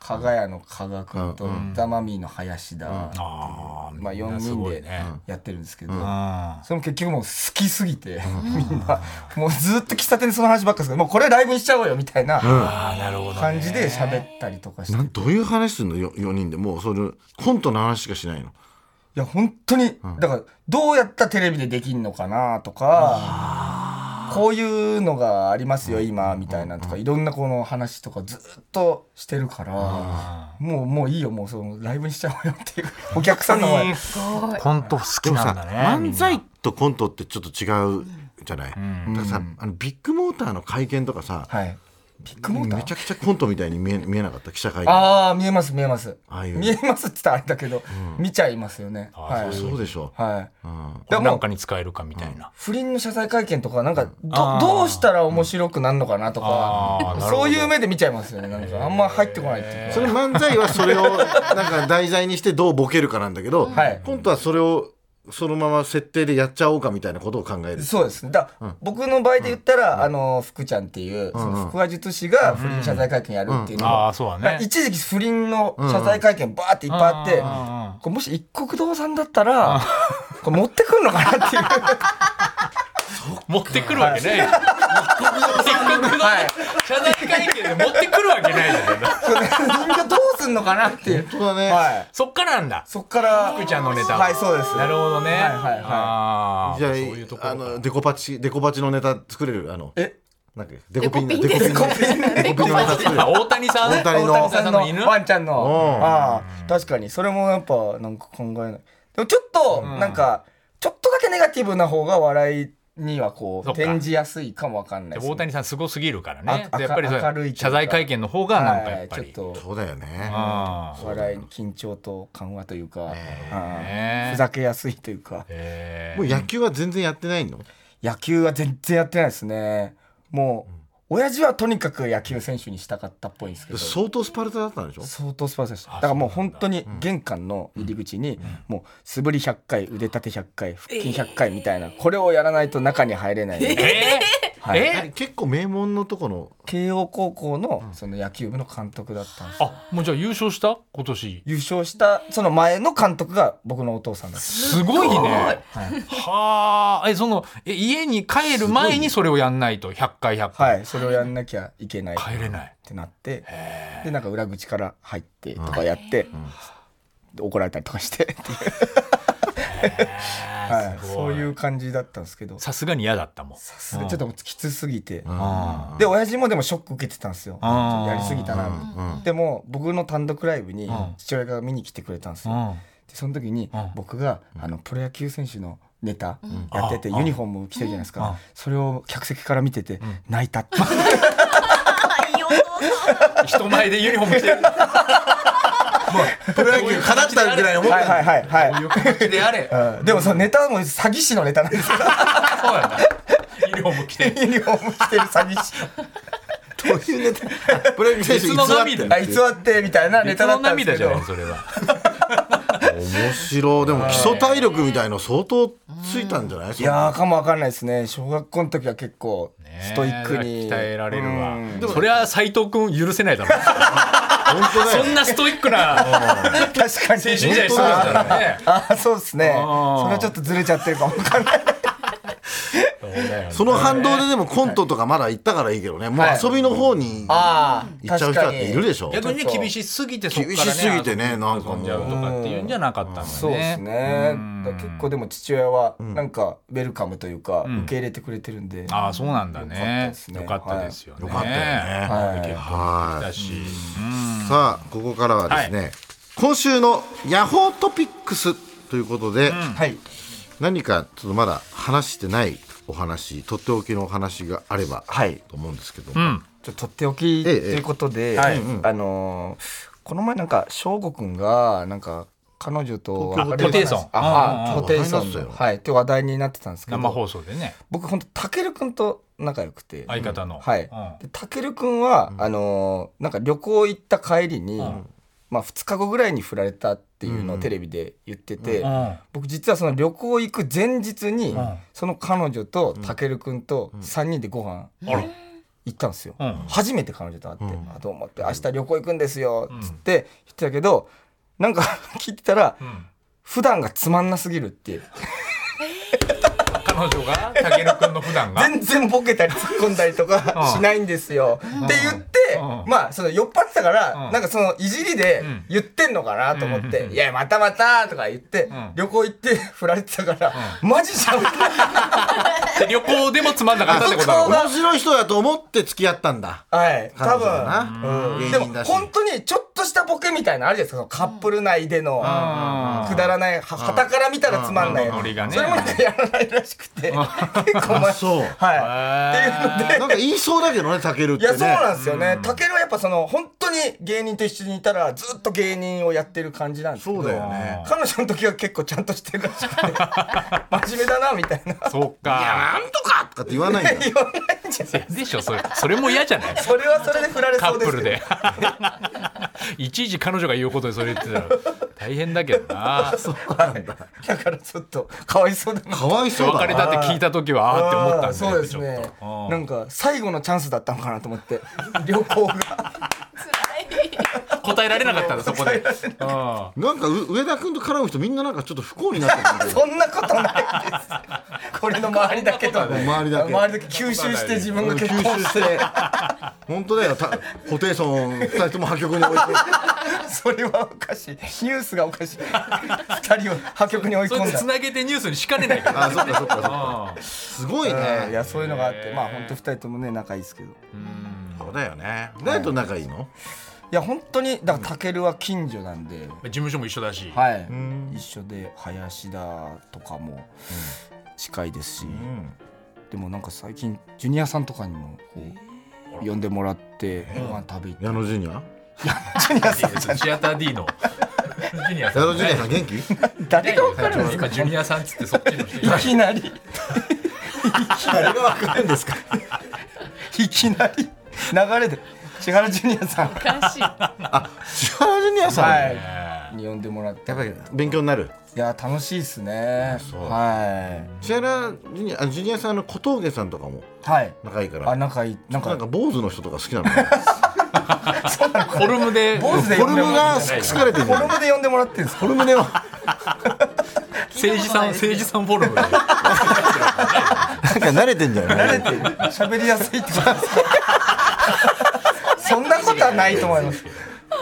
[SPEAKER 3] 加賀谷の加賀くんとダマミーの林田、
[SPEAKER 1] あー
[SPEAKER 3] まあ
[SPEAKER 1] みんな
[SPEAKER 3] 4
[SPEAKER 1] す
[SPEAKER 3] 人
[SPEAKER 1] ごい
[SPEAKER 3] で
[SPEAKER 1] ね
[SPEAKER 3] やってるんですけど、
[SPEAKER 1] うん
[SPEAKER 3] それも結局もう好きすぎて、 みんな、もうずっと喫茶店でその話ばっかりするもうこれライブにしちゃおうよみたいな感じで喋ったりとかして。
[SPEAKER 2] ないんどういう話するのよ4人でもうそれコントの話しかしないの
[SPEAKER 3] や、本当に、だから、どうやったらテレビでできんのかなとか、こういうのがありますよ、今、みたいなとか、いろんなこの話とかずっとしてるから、もう、もういいよ、もうそのライブにしちゃおうよっていう、お客さんの前で。
[SPEAKER 1] コント好き
[SPEAKER 2] でも
[SPEAKER 1] な
[SPEAKER 2] さ
[SPEAKER 1] んだね
[SPEAKER 2] 漫才とコントってちょっと違うじゃない、だからさあのビッグモーターの会見とかさ、
[SPEAKER 3] はい。ビッグモーター
[SPEAKER 2] めちゃくちゃコントみたいに見え見えなかった記者会見あ
[SPEAKER 3] ああ、見えます、見えます。
[SPEAKER 2] あいう
[SPEAKER 3] 見えますって言ったらあれだけど、見ちゃいますよね。はい。
[SPEAKER 2] そうでしょ、
[SPEAKER 3] はい。
[SPEAKER 2] うん、
[SPEAKER 1] これなんかに使えるかみたいな
[SPEAKER 3] 不倫の謝罪会見とかなんか
[SPEAKER 1] あー
[SPEAKER 3] どどうしたら面白くなるのかなと
[SPEAKER 1] あ
[SPEAKER 3] か
[SPEAKER 1] ーなるほど
[SPEAKER 3] そういう目で見ちゃいますよねなんかあんま入ってこないっていう
[SPEAKER 2] それ漫才はそれをなんか題材にしてどうボケるかなんだけど、
[SPEAKER 3] はい
[SPEAKER 2] コントはそれをそのまま設定でやっちゃおうかみたいなことを考える
[SPEAKER 3] かそうですねだ、僕の場合で言ったら、あの福ちゃんっていう、その福和術師が不倫謝罪会見やるっていうの
[SPEAKER 1] あ
[SPEAKER 3] も、
[SPEAKER 1] あそう
[SPEAKER 3] だか
[SPEAKER 1] だ
[SPEAKER 3] ら
[SPEAKER 1] ね
[SPEAKER 3] 一時期不倫の謝罪会見バーっていっぱいあって、
[SPEAKER 1] あ
[SPEAKER 3] これもし一国堂さんだったら、これ持ってくんのかなっていう。
[SPEAKER 1] 持ってくるわけないじゃん一国の謝罪会見で持ってくるわけないじゃん
[SPEAKER 3] みんなどうすんのかなっていう。
[SPEAKER 2] 本当だね、
[SPEAKER 3] はい。
[SPEAKER 1] そっからなんだ
[SPEAKER 3] そっから。
[SPEAKER 1] 福ちゃんのネタ
[SPEAKER 3] はい、そうです。
[SPEAKER 1] なるほどね
[SPEAKER 3] はいはいはい
[SPEAKER 1] あー
[SPEAKER 2] じゃあ
[SPEAKER 1] そういうところ
[SPEAKER 2] あのデコパチデコパチのネタ作れるあの
[SPEAKER 3] え
[SPEAKER 2] なんかデコピン
[SPEAKER 4] デコピン
[SPEAKER 2] デコピンデコピンのネタ作れる
[SPEAKER 1] あ大谷さん
[SPEAKER 2] 大谷の
[SPEAKER 1] 大谷さんの犬
[SPEAKER 3] ワンちゃんの
[SPEAKER 2] うん
[SPEAKER 3] ああ確かにそれもやっぱなんか考えないでもちょっとなんかちょっとだけネガティブな方が笑いにはこう
[SPEAKER 1] そっか
[SPEAKER 3] 転じやすいかもわかんない
[SPEAKER 1] で
[SPEAKER 3] で
[SPEAKER 1] も
[SPEAKER 3] すね
[SPEAKER 1] 大谷さんすごすぎるからね
[SPEAKER 3] あ
[SPEAKER 1] でやっぱりそれ
[SPEAKER 3] 明るいというか
[SPEAKER 1] 謝罪会見の方がなんかやっぱ
[SPEAKER 3] はい
[SPEAKER 1] り
[SPEAKER 3] ちょっと
[SPEAKER 2] そうだよね
[SPEAKER 1] あー
[SPEAKER 3] 笑いに緊張と緩和というか
[SPEAKER 1] え
[SPEAKER 3] ああふざけやすいというか
[SPEAKER 1] え
[SPEAKER 2] もう野球は全然やってないの
[SPEAKER 3] 野球は全然やってないですねもう親父はとにかく野球選手にしたかったっぽいんですけど
[SPEAKER 2] 相当スパルタだったんでしょ
[SPEAKER 3] 相当スパルタでしただからもう本当に玄関の入り口にもう素振り100回腕立て100回腹筋100回みたいなこれをやらないと中に入れない
[SPEAKER 1] ーえー
[SPEAKER 3] はい
[SPEAKER 1] え
[SPEAKER 2] 結構名門のとこの
[SPEAKER 3] 慶応高校のその野球部の監督だったんです
[SPEAKER 1] あもうじゃあ優勝した今年
[SPEAKER 3] 優勝したその前の監督が僕のお父さんだった
[SPEAKER 1] すごいねはあえそのえ家に帰る前にそれをやんないと100回100回、
[SPEAKER 3] はいそれをやんなきゃいけないっ
[SPEAKER 1] 帰れない
[SPEAKER 3] てなってでなんか裏口から入ってと かやってで怒られたりとかしてっていう
[SPEAKER 1] あ
[SPEAKER 3] はい、
[SPEAKER 1] すごい
[SPEAKER 3] そういう感じだったんですけどさ
[SPEAKER 1] さすがに嫌だったもん
[SPEAKER 3] すがにちょっともうきつすぎて、
[SPEAKER 1] あ
[SPEAKER 3] で親父もでもショック受けてたんですよちょ
[SPEAKER 1] あー
[SPEAKER 3] っとやりすぎたなみたいな、でも僕の単独ライブに父親が見に来てくれたんですよ、
[SPEAKER 1] あ
[SPEAKER 3] でその時に
[SPEAKER 1] うん
[SPEAKER 3] 僕があのプロ野球選手のネタやってて
[SPEAKER 1] うん
[SPEAKER 3] ユニフォーム着てるじゃないです
[SPEAKER 1] うん
[SPEAKER 3] かそれを客席から見てて泣い たって
[SPEAKER 4] いいお父さん
[SPEAKER 1] 人前でユニフォーム着て る
[SPEAKER 2] プロ野球かなったぐらいの思っ
[SPEAKER 3] はいはいはい
[SPEAKER 1] こう
[SPEAKER 3] は
[SPEAKER 1] いう形であれそう
[SPEAKER 3] いうんでもそのネタも詐欺師のネタなんで すけど
[SPEAKER 1] やなユニフォーム着 て
[SPEAKER 3] ユニフォーム着てる詐欺師
[SPEAKER 2] てどういうネタプロ野球選手
[SPEAKER 1] 別の涙
[SPEAKER 3] あ偽ってみたいなネ
[SPEAKER 1] 別
[SPEAKER 3] タだ
[SPEAKER 1] の
[SPEAKER 3] ったんです
[SPEAKER 1] 涙
[SPEAKER 3] け
[SPEAKER 1] じゃ
[SPEAKER 3] ど
[SPEAKER 1] ないそれは
[SPEAKER 2] 面白いでも基礎体力みたいの相当ついたんじゃない
[SPEAKER 3] いやーかもわかんないですね小学校の時は結構ストイックに
[SPEAKER 1] 鍛えられるわ
[SPEAKER 3] うん
[SPEAKER 1] そりゃ斎藤君許せない だろう
[SPEAKER 2] 本当
[SPEAKER 1] そ
[SPEAKER 2] だよ
[SPEAKER 1] んなストイックな
[SPEAKER 3] 確かに
[SPEAKER 1] 青春時代してたんだからね
[SPEAKER 3] あーそうですねそれ
[SPEAKER 1] あー
[SPEAKER 3] はちょっとずれちゃってるかもわかんない
[SPEAKER 1] そうだよね
[SPEAKER 2] その反動ででもコントとかまだ行ったからいいけどねもう遊びの方に行っ
[SPEAKER 3] あ
[SPEAKER 2] ちゃう人だっているでしょ
[SPEAKER 1] 逆にね厳しすぎてそっからね
[SPEAKER 2] 厳しすぎてねなんかもう
[SPEAKER 1] 遊んじゃうとかっていうんじゃなかったんだね
[SPEAKER 3] そうですね。だから結構でも父親はなんかウェルカムというか
[SPEAKER 1] ん
[SPEAKER 3] 受け入れてくれてるんで。
[SPEAKER 1] ああそうなんだねよ
[SPEAKER 3] よ
[SPEAKER 1] か
[SPEAKER 3] か
[SPEAKER 1] っ
[SPEAKER 3] ったた
[SPEAKER 1] で
[SPEAKER 3] ですす
[SPEAKER 1] よね
[SPEAKER 2] よかったよね
[SPEAKER 3] はい
[SPEAKER 1] 結構
[SPEAKER 2] は
[SPEAKER 1] だし
[SPEAKER 2] いさあここからはですね、今週のヤホートピックスということで、
[SPEAKER 3] はい。
[SPEAKER 2] 何かちょっとまだ話してないお話とっておきのお話があれば、と思うんですけども、
[SPEAKER 3] ちょっととっておきということで、
[SPEAKER 1] はい
[SPEAKER 3] あのーこの前なんか翔吾くんがなんか彼女と
[SPEAKER 1] 東京ホテイソン
[SPEAKER 3] あ、
[SPEAKER 2] うん
[SPEAKER 3] ホテイソ
[SPEAKER 2] 話題になって
[SPEAKER 3] ン
[SPEAKER 2] たよ
[SPEAKER 3] はいって話題になってたんですけ
[SPEAKER 1] 生
[SPEAKER 3] ど、
[SPEAKER 1] 放送でね
[SPEAKER 3] 僕本当たけるくんと仲良くて、
[SPEAKER 1] 相方の
[SPEAKER 3] はいでたけるくんは、あのーなんか旅行行った帰りに、
[SPEAKER 1] ん
[SPEAKER 3] まあ2日後ぐらいに振られたっていうのをテレビで言ってて、
[SPEAKER 1] うん
[SPEAKER 3] 僕実はその旅行行く前日に、
[SPEAKER 1] うん
[SPEAKER 3] その彼女とたけるくんと3人でご飯
[SPEAKER 1] あら
[SPEAKER 3] 行ったんですよ、
[SPEAKER 1] うん
[SPEAKER 3] 初めて彼女と会って「
[SPEAKER 2] うん
[SPEAKER 3] あどうも」って「明日旅行行くんですよ」っつって言ってたけどなんか 聞いてたら
[SPEAKER 1] うん
[SPEAKER 3] 普段がつまんなすぎるって
[SPEAKER 1] 彼女がたけるくんの普段が
[SPEAKER 3] 全然ボケたり突っ込んだりとか
[SPEAKER 1] うん
[SPEAKER 3] しないんですよって言って
[SPEAKER 1] うん
[SPEAKER 3] まあその酔っ払ってたから
[SPEAKER 1] うん
[SPEAKER 3] なんかそのいじりで
[SPEAKER 1] うん
[SPEAKER 3] 言ってんのかなと思っ
[SPEAKER 1] うんうん
[SPEAKER 3] て
[SPEAKER 1] うん
[SPEAKER 3] 「いやまたまた」とか言って
[SPEAKER 1] ん
[SPEAKER 3] 旅行行って振られてたからマジじゃん
[SPEAKER 1] で旅行でもつまんなかったってことなの
[SPEAKER 2] 面白い人だと思って付き合ったんだ
[SPEAKER 3] はい、
[SPEAKER 2] 彼
[SPEAKER 3] 多
[SPEAKER 2] 女だな
[SPEAKER 3] 分、
[SPEAKER 2] うん
[SPEAKER 3] で
[SPEAKER 2] 芸人
[SPEAKER 3] も
[SPEAKER 2] だし
[SPEAKER 3] 本当にちょっとしたボケみたいなのあるじゃないですかそのカップル内でのくだらないははたから見たらつまんない
[SPEAKER 1] うんうんうんノリがね
[SPEAKER 3] それもなんかやらないらしくて 結構
[SPEAKER 2] あ
[SPEAKER 3] 前
[SPEAKER 2] そう
[SPEAKER 3] はいっていうので
[SPEAKER 2] なんか言いそうだけどねたけるっ
[SPEAKER 3] い
[SPEAKER 2] て
[SPEAKER 3] や
[SPEAKER 2] ね
[SPEAKER 3] そうなんですよねたけるはやっぱその本当に芸人と一緒にいたらずっと芸人をやってる感じなんですけど
[SPEAKER 2] そうだよね
[SPEAKER 3] 彼女の時は結構ちゃんとしてるらしくて真面目だなみた いな
[SPEAKER 1] そうか
[SPEAKER 2] なんとかとかって言わないんだよ
[SPEAKER 3] 言わないんじゃない
[SPEAKER 1] でしょそれそれも嫌じゃない
[SPEAKER 3] それはそれで振られ
[SPEAKER 1] カ
[SPEAKER 3] そう
[SPEAKER 1] ッ
[SPEAKER 3] で
[SPEAKER 1] プ
[SPEAKER 3] す
[SPEAKER 1] ル
[SPEAKER 3] けど
[SPEAKER 1] で いちいち彼女が言うことでそれ言ってたら大変だけど な
[SPEAKER 3] はいだからちょっとかわいそうだな
[SPEAKER 2] かわいそう
[SPEAKER 1] 別
[SPEAKER 2] だ
[SPEAKER 1] れ
[SPEAKER 2] な
[SPEAKER 1] たって聞いた時はああって思ったんだ
[SPEAKER 3] あー
[SPEAKER 1] よ
[SPEAKER 3] そう
[SPEAKER 1] ね
[SPEAKER 3] です
[SPEAKER 1] ちょっ
[SPEAKER 3] ね
[SPEAKER 1] とうん
[SPEAKER 3] なんか最後のチャンスだったのかなと思って旅行が
[SPEAKER 1] 答えられなかったんだそこでうん
[SPEAKER 2] なんかう上田君と絡む人みんななんかちょっと不幸になってるんだよ
[SPEAKER 3] そんなことないですこれの周りだけと
[SPEAKER 2] 周りだけ
[SPEAKER 3] 周りだけ吸収して自分が結婚して
[SPEAKER 2] 本当だよたホテイソン二人とも破局に置いて
[SPEAKER 3] それはおかしいニュースがおかしい二人を破局に追い
[SPEAKER 1] それ
[SPEAKER 3] 込ん
[SPEAKER 1] で
[SPEAKER 3] だ
[SPEAKER 1] つなげてニュースにしかねないから
[SPEAKER 2] あそっかそっかそっか
[SPEAKER 1] うん
[SPEAKER 2] すごい
[SPEAKER 3] うんい
[SPEAKER 2] ね
[SPEAKER 3] やそういうのがあってまあ本当二人ともね仲いいですけどい
[SPEAKER 2] そうだよね誰と仲いいの
[SPEAKER 3] や本当にだからたけるは近所なんで
[SPEAKER 1] 事務所も一緒だし
[SPEAKER 3] はい一緒で林田とかも近いですしでもなんか最近ジュニアさんとかにもこう呼んでもらってご飯食べ行って、
[SPEAKER 2] 矢野ジュニア
[SPEAKER 1] シアター D のジュニア
[SPEAKER 2] 矢
[SPEAKER 1] さ
[SPEAKER 2] 野
[SPEAKER 1] ん
[SPEAKER 2] ジュニアさん元気
[SPEAKER 3] 誰が分かるんですか
[SPEAKER 1] 今ジュニアさんっつってそっちの人
[SPEAKER 3] いきなりい
[SPEAKER 2] 誰がわかるんですか
[SPEAKER 3] きなり流れで千原ジュニアさん
[SPEAKER 4] おかしい
[SPEAKER 2] 千原ジュニアさん、
[SPEAKER 3] はいに呼んでもらって
[SPEAKER 2] やっぱり勉強になる
[SPEAKER 3] いや楽しいですね
[SPEAKER 2] そう
[SPEAKER 3] は
[SPEAKER 2] 千原ジュニアあジュニアさんの小峠さんとかも
[SPEAKER 3] いはい
[SPEAKER 2] 仲いいから
[SPEAKER 3] あ仲いいなん
[SPEAKER 2] な
[SPEAKER 3] か
[SPEAKER 2] んか坊主の人とか好きなの
[SPEAKER 1] フ
[SPEAKER 2] フ
[SPEAKER 1] ォルムで
[SPEAKER 3] 坊主で
[SPEAKER 2] ォルムが好かれてるんじ
[SPEAKER 3] フ
[SPEAKER 2] ゃ
[SPEAKER 3] ォ
[SPEAKER 2] ない
[SPEAKER 3] ルムで呼んでもらってるんです
[SPEAKER 2] フォルムでは
[SPEAKER 1] 政治さん政治さんフォルムで
[SPEAKER 2] なんか慣れてんじゃない
[SPEAKER 3] 慣れてる喋りやすいってこと ですかそんなことはないと思います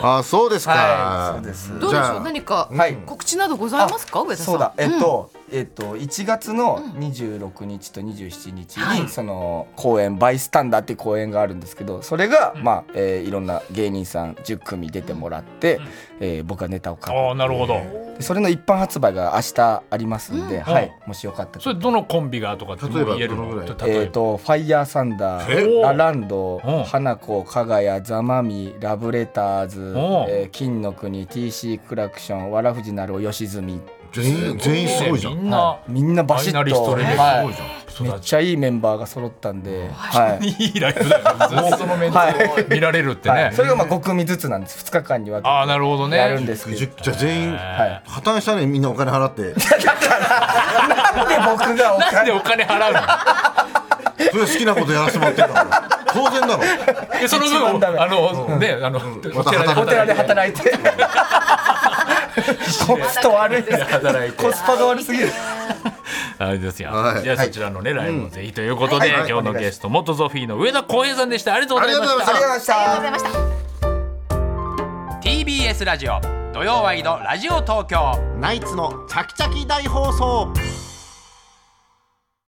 [SPEAKER 2] あそうですか、
[SPEAKER 3] はいそうです
[SPEAKER 4] どう
[SPEAKER 2] じ
[SPEAKER 4] でしょ
[SPEAKER 2] ゃ
[SPEAKER 4] う
[SPEAKER 2] あ
[SPEAKER 4] 何か
[SPEAKER 3] はい
[SPEAKER 4] 告知などございますか上田さん
[SPEAKER 3] そうだえっと、えっと、1月の26日と27日に、その公演「バイスタンダー」っていう公演があるんですけどそれが、まあえーいろんな芸人さん10組出てもらって、えー僕がネタを書
[SPEAKER 1] ああ
[SPEAKER 3] く
[SPEAKER 1] なるほど
[SPEAKER 3] でそれの一般発売が明日ありますんで、はい
[SPEAKER 1] あ、
[SPEAKER 3] もしよかったら
[SPEAKER 1] それどのコンビがとかってもう言えるの
[SPEAKER 2] 例えばどのぐらい
[SPEAKER 1] 例
[SPEAKER 3] え
[SPEAKER 1] え
[SPEAKER 3] ー、
[SPEAKER 1] ば
[SPEAKER 3] とファイヤーサンダ
[SPEAKER 1] え
[SPEAKER 3] ー、ラランド、
[SPEAKER 1] うん
[SPEAKER 3] 花子、加賀谷、ザマミ、ラブレターズ、えー金の国、T.C. クラクション、わらふじなるお、吉住、
[SPEAKER 2] 全員全員すごいじゃん
[SPEAKER 1] みんな
[SPEAKER 3] みんなバシ
[SPEAKER 1] ファイナ
[SPEAKER 3] ッ
[SPEAKER 1] リスト
[SPEAKER 3] と、
[SPEAKER 1] レベル
[SPEAKER 3] は
[SPEAKER 2] す
[SPEAKER 3] い
[SPEAKER 2] ごいじゃん
[SPEAKER 1] 育
[SPEAKER 3] めっちゃいいメンバーが揃ったんで、はい。
[SPEAKER 1] いいライブだよね。ずっとそのメンツを見られるって
[SPEAKER 3] はい、
[SPEAKER 1] ね
[SPEAKER 3] そ。れがまあ5組ずつなんです2日間に分
[SPEAKER 1] ああ、
[SPEAKER 3] け
[SPEAKER 1] なるほど
[SPEAKER 3] てやるん
[SPEAKER 1] ね。
[SPEAKER 3] ですけど、
[SPEAKER 2] じゃじゃあ全員
[SPEAKER 3] はい、
[SPEAKER 2] 破綻したねみんなお金払って
[SPEAKER 3] で僕がお
[SPEAKER 1] なん
[SPEAKER 3] 金
[SPEAKER 1] でお金払うの
[SPEAKER 2] それ好きなことやらせてもらってんだから当然だろ
[SPEAKER 1] いやその
[SPEAKER 3] 一番
[SPEAKER 1] 分、
[SPEAKER 3] ダメ
[SPEAKER 1] あの、ね、あの、お
[SPEAKER 2] また
[SPEAKER 1] で
[SPEAKER 2] 働
[SPEAKER 3] お寺で働いてコスト悪いです
[SPEAKER 1] 働いて
[SPEAKER 3] コスパが悪すぎる
[SPEAKER 1] あれですよ。
[SPEAKER 2] はい
[SPEAKER 1] じゃあそちらのね、ライブもぜひということで、
[SPEAKER 2] はい
[SPEAKER 1] 今日のゲスト、元ゾフィーの上田浩平さんでした。ありがとうございま
[SPEAKER 2] ありがとうござい
[SPEAKER 1] し
[SPEAKER 2] ま
[SPEAKER 1] た
[SPEAKER 2] した。
[SPEAKER 3] ありがとうございました
[SPEAKER 4] ございまし
[SPEAKER 1] TBS
[SPEAKER 4] た
[SPEAKER 1] ラジオ、土曜ワイドラジオ東京。
[SPEAKER 2] ナイツのチャキチャキ大放送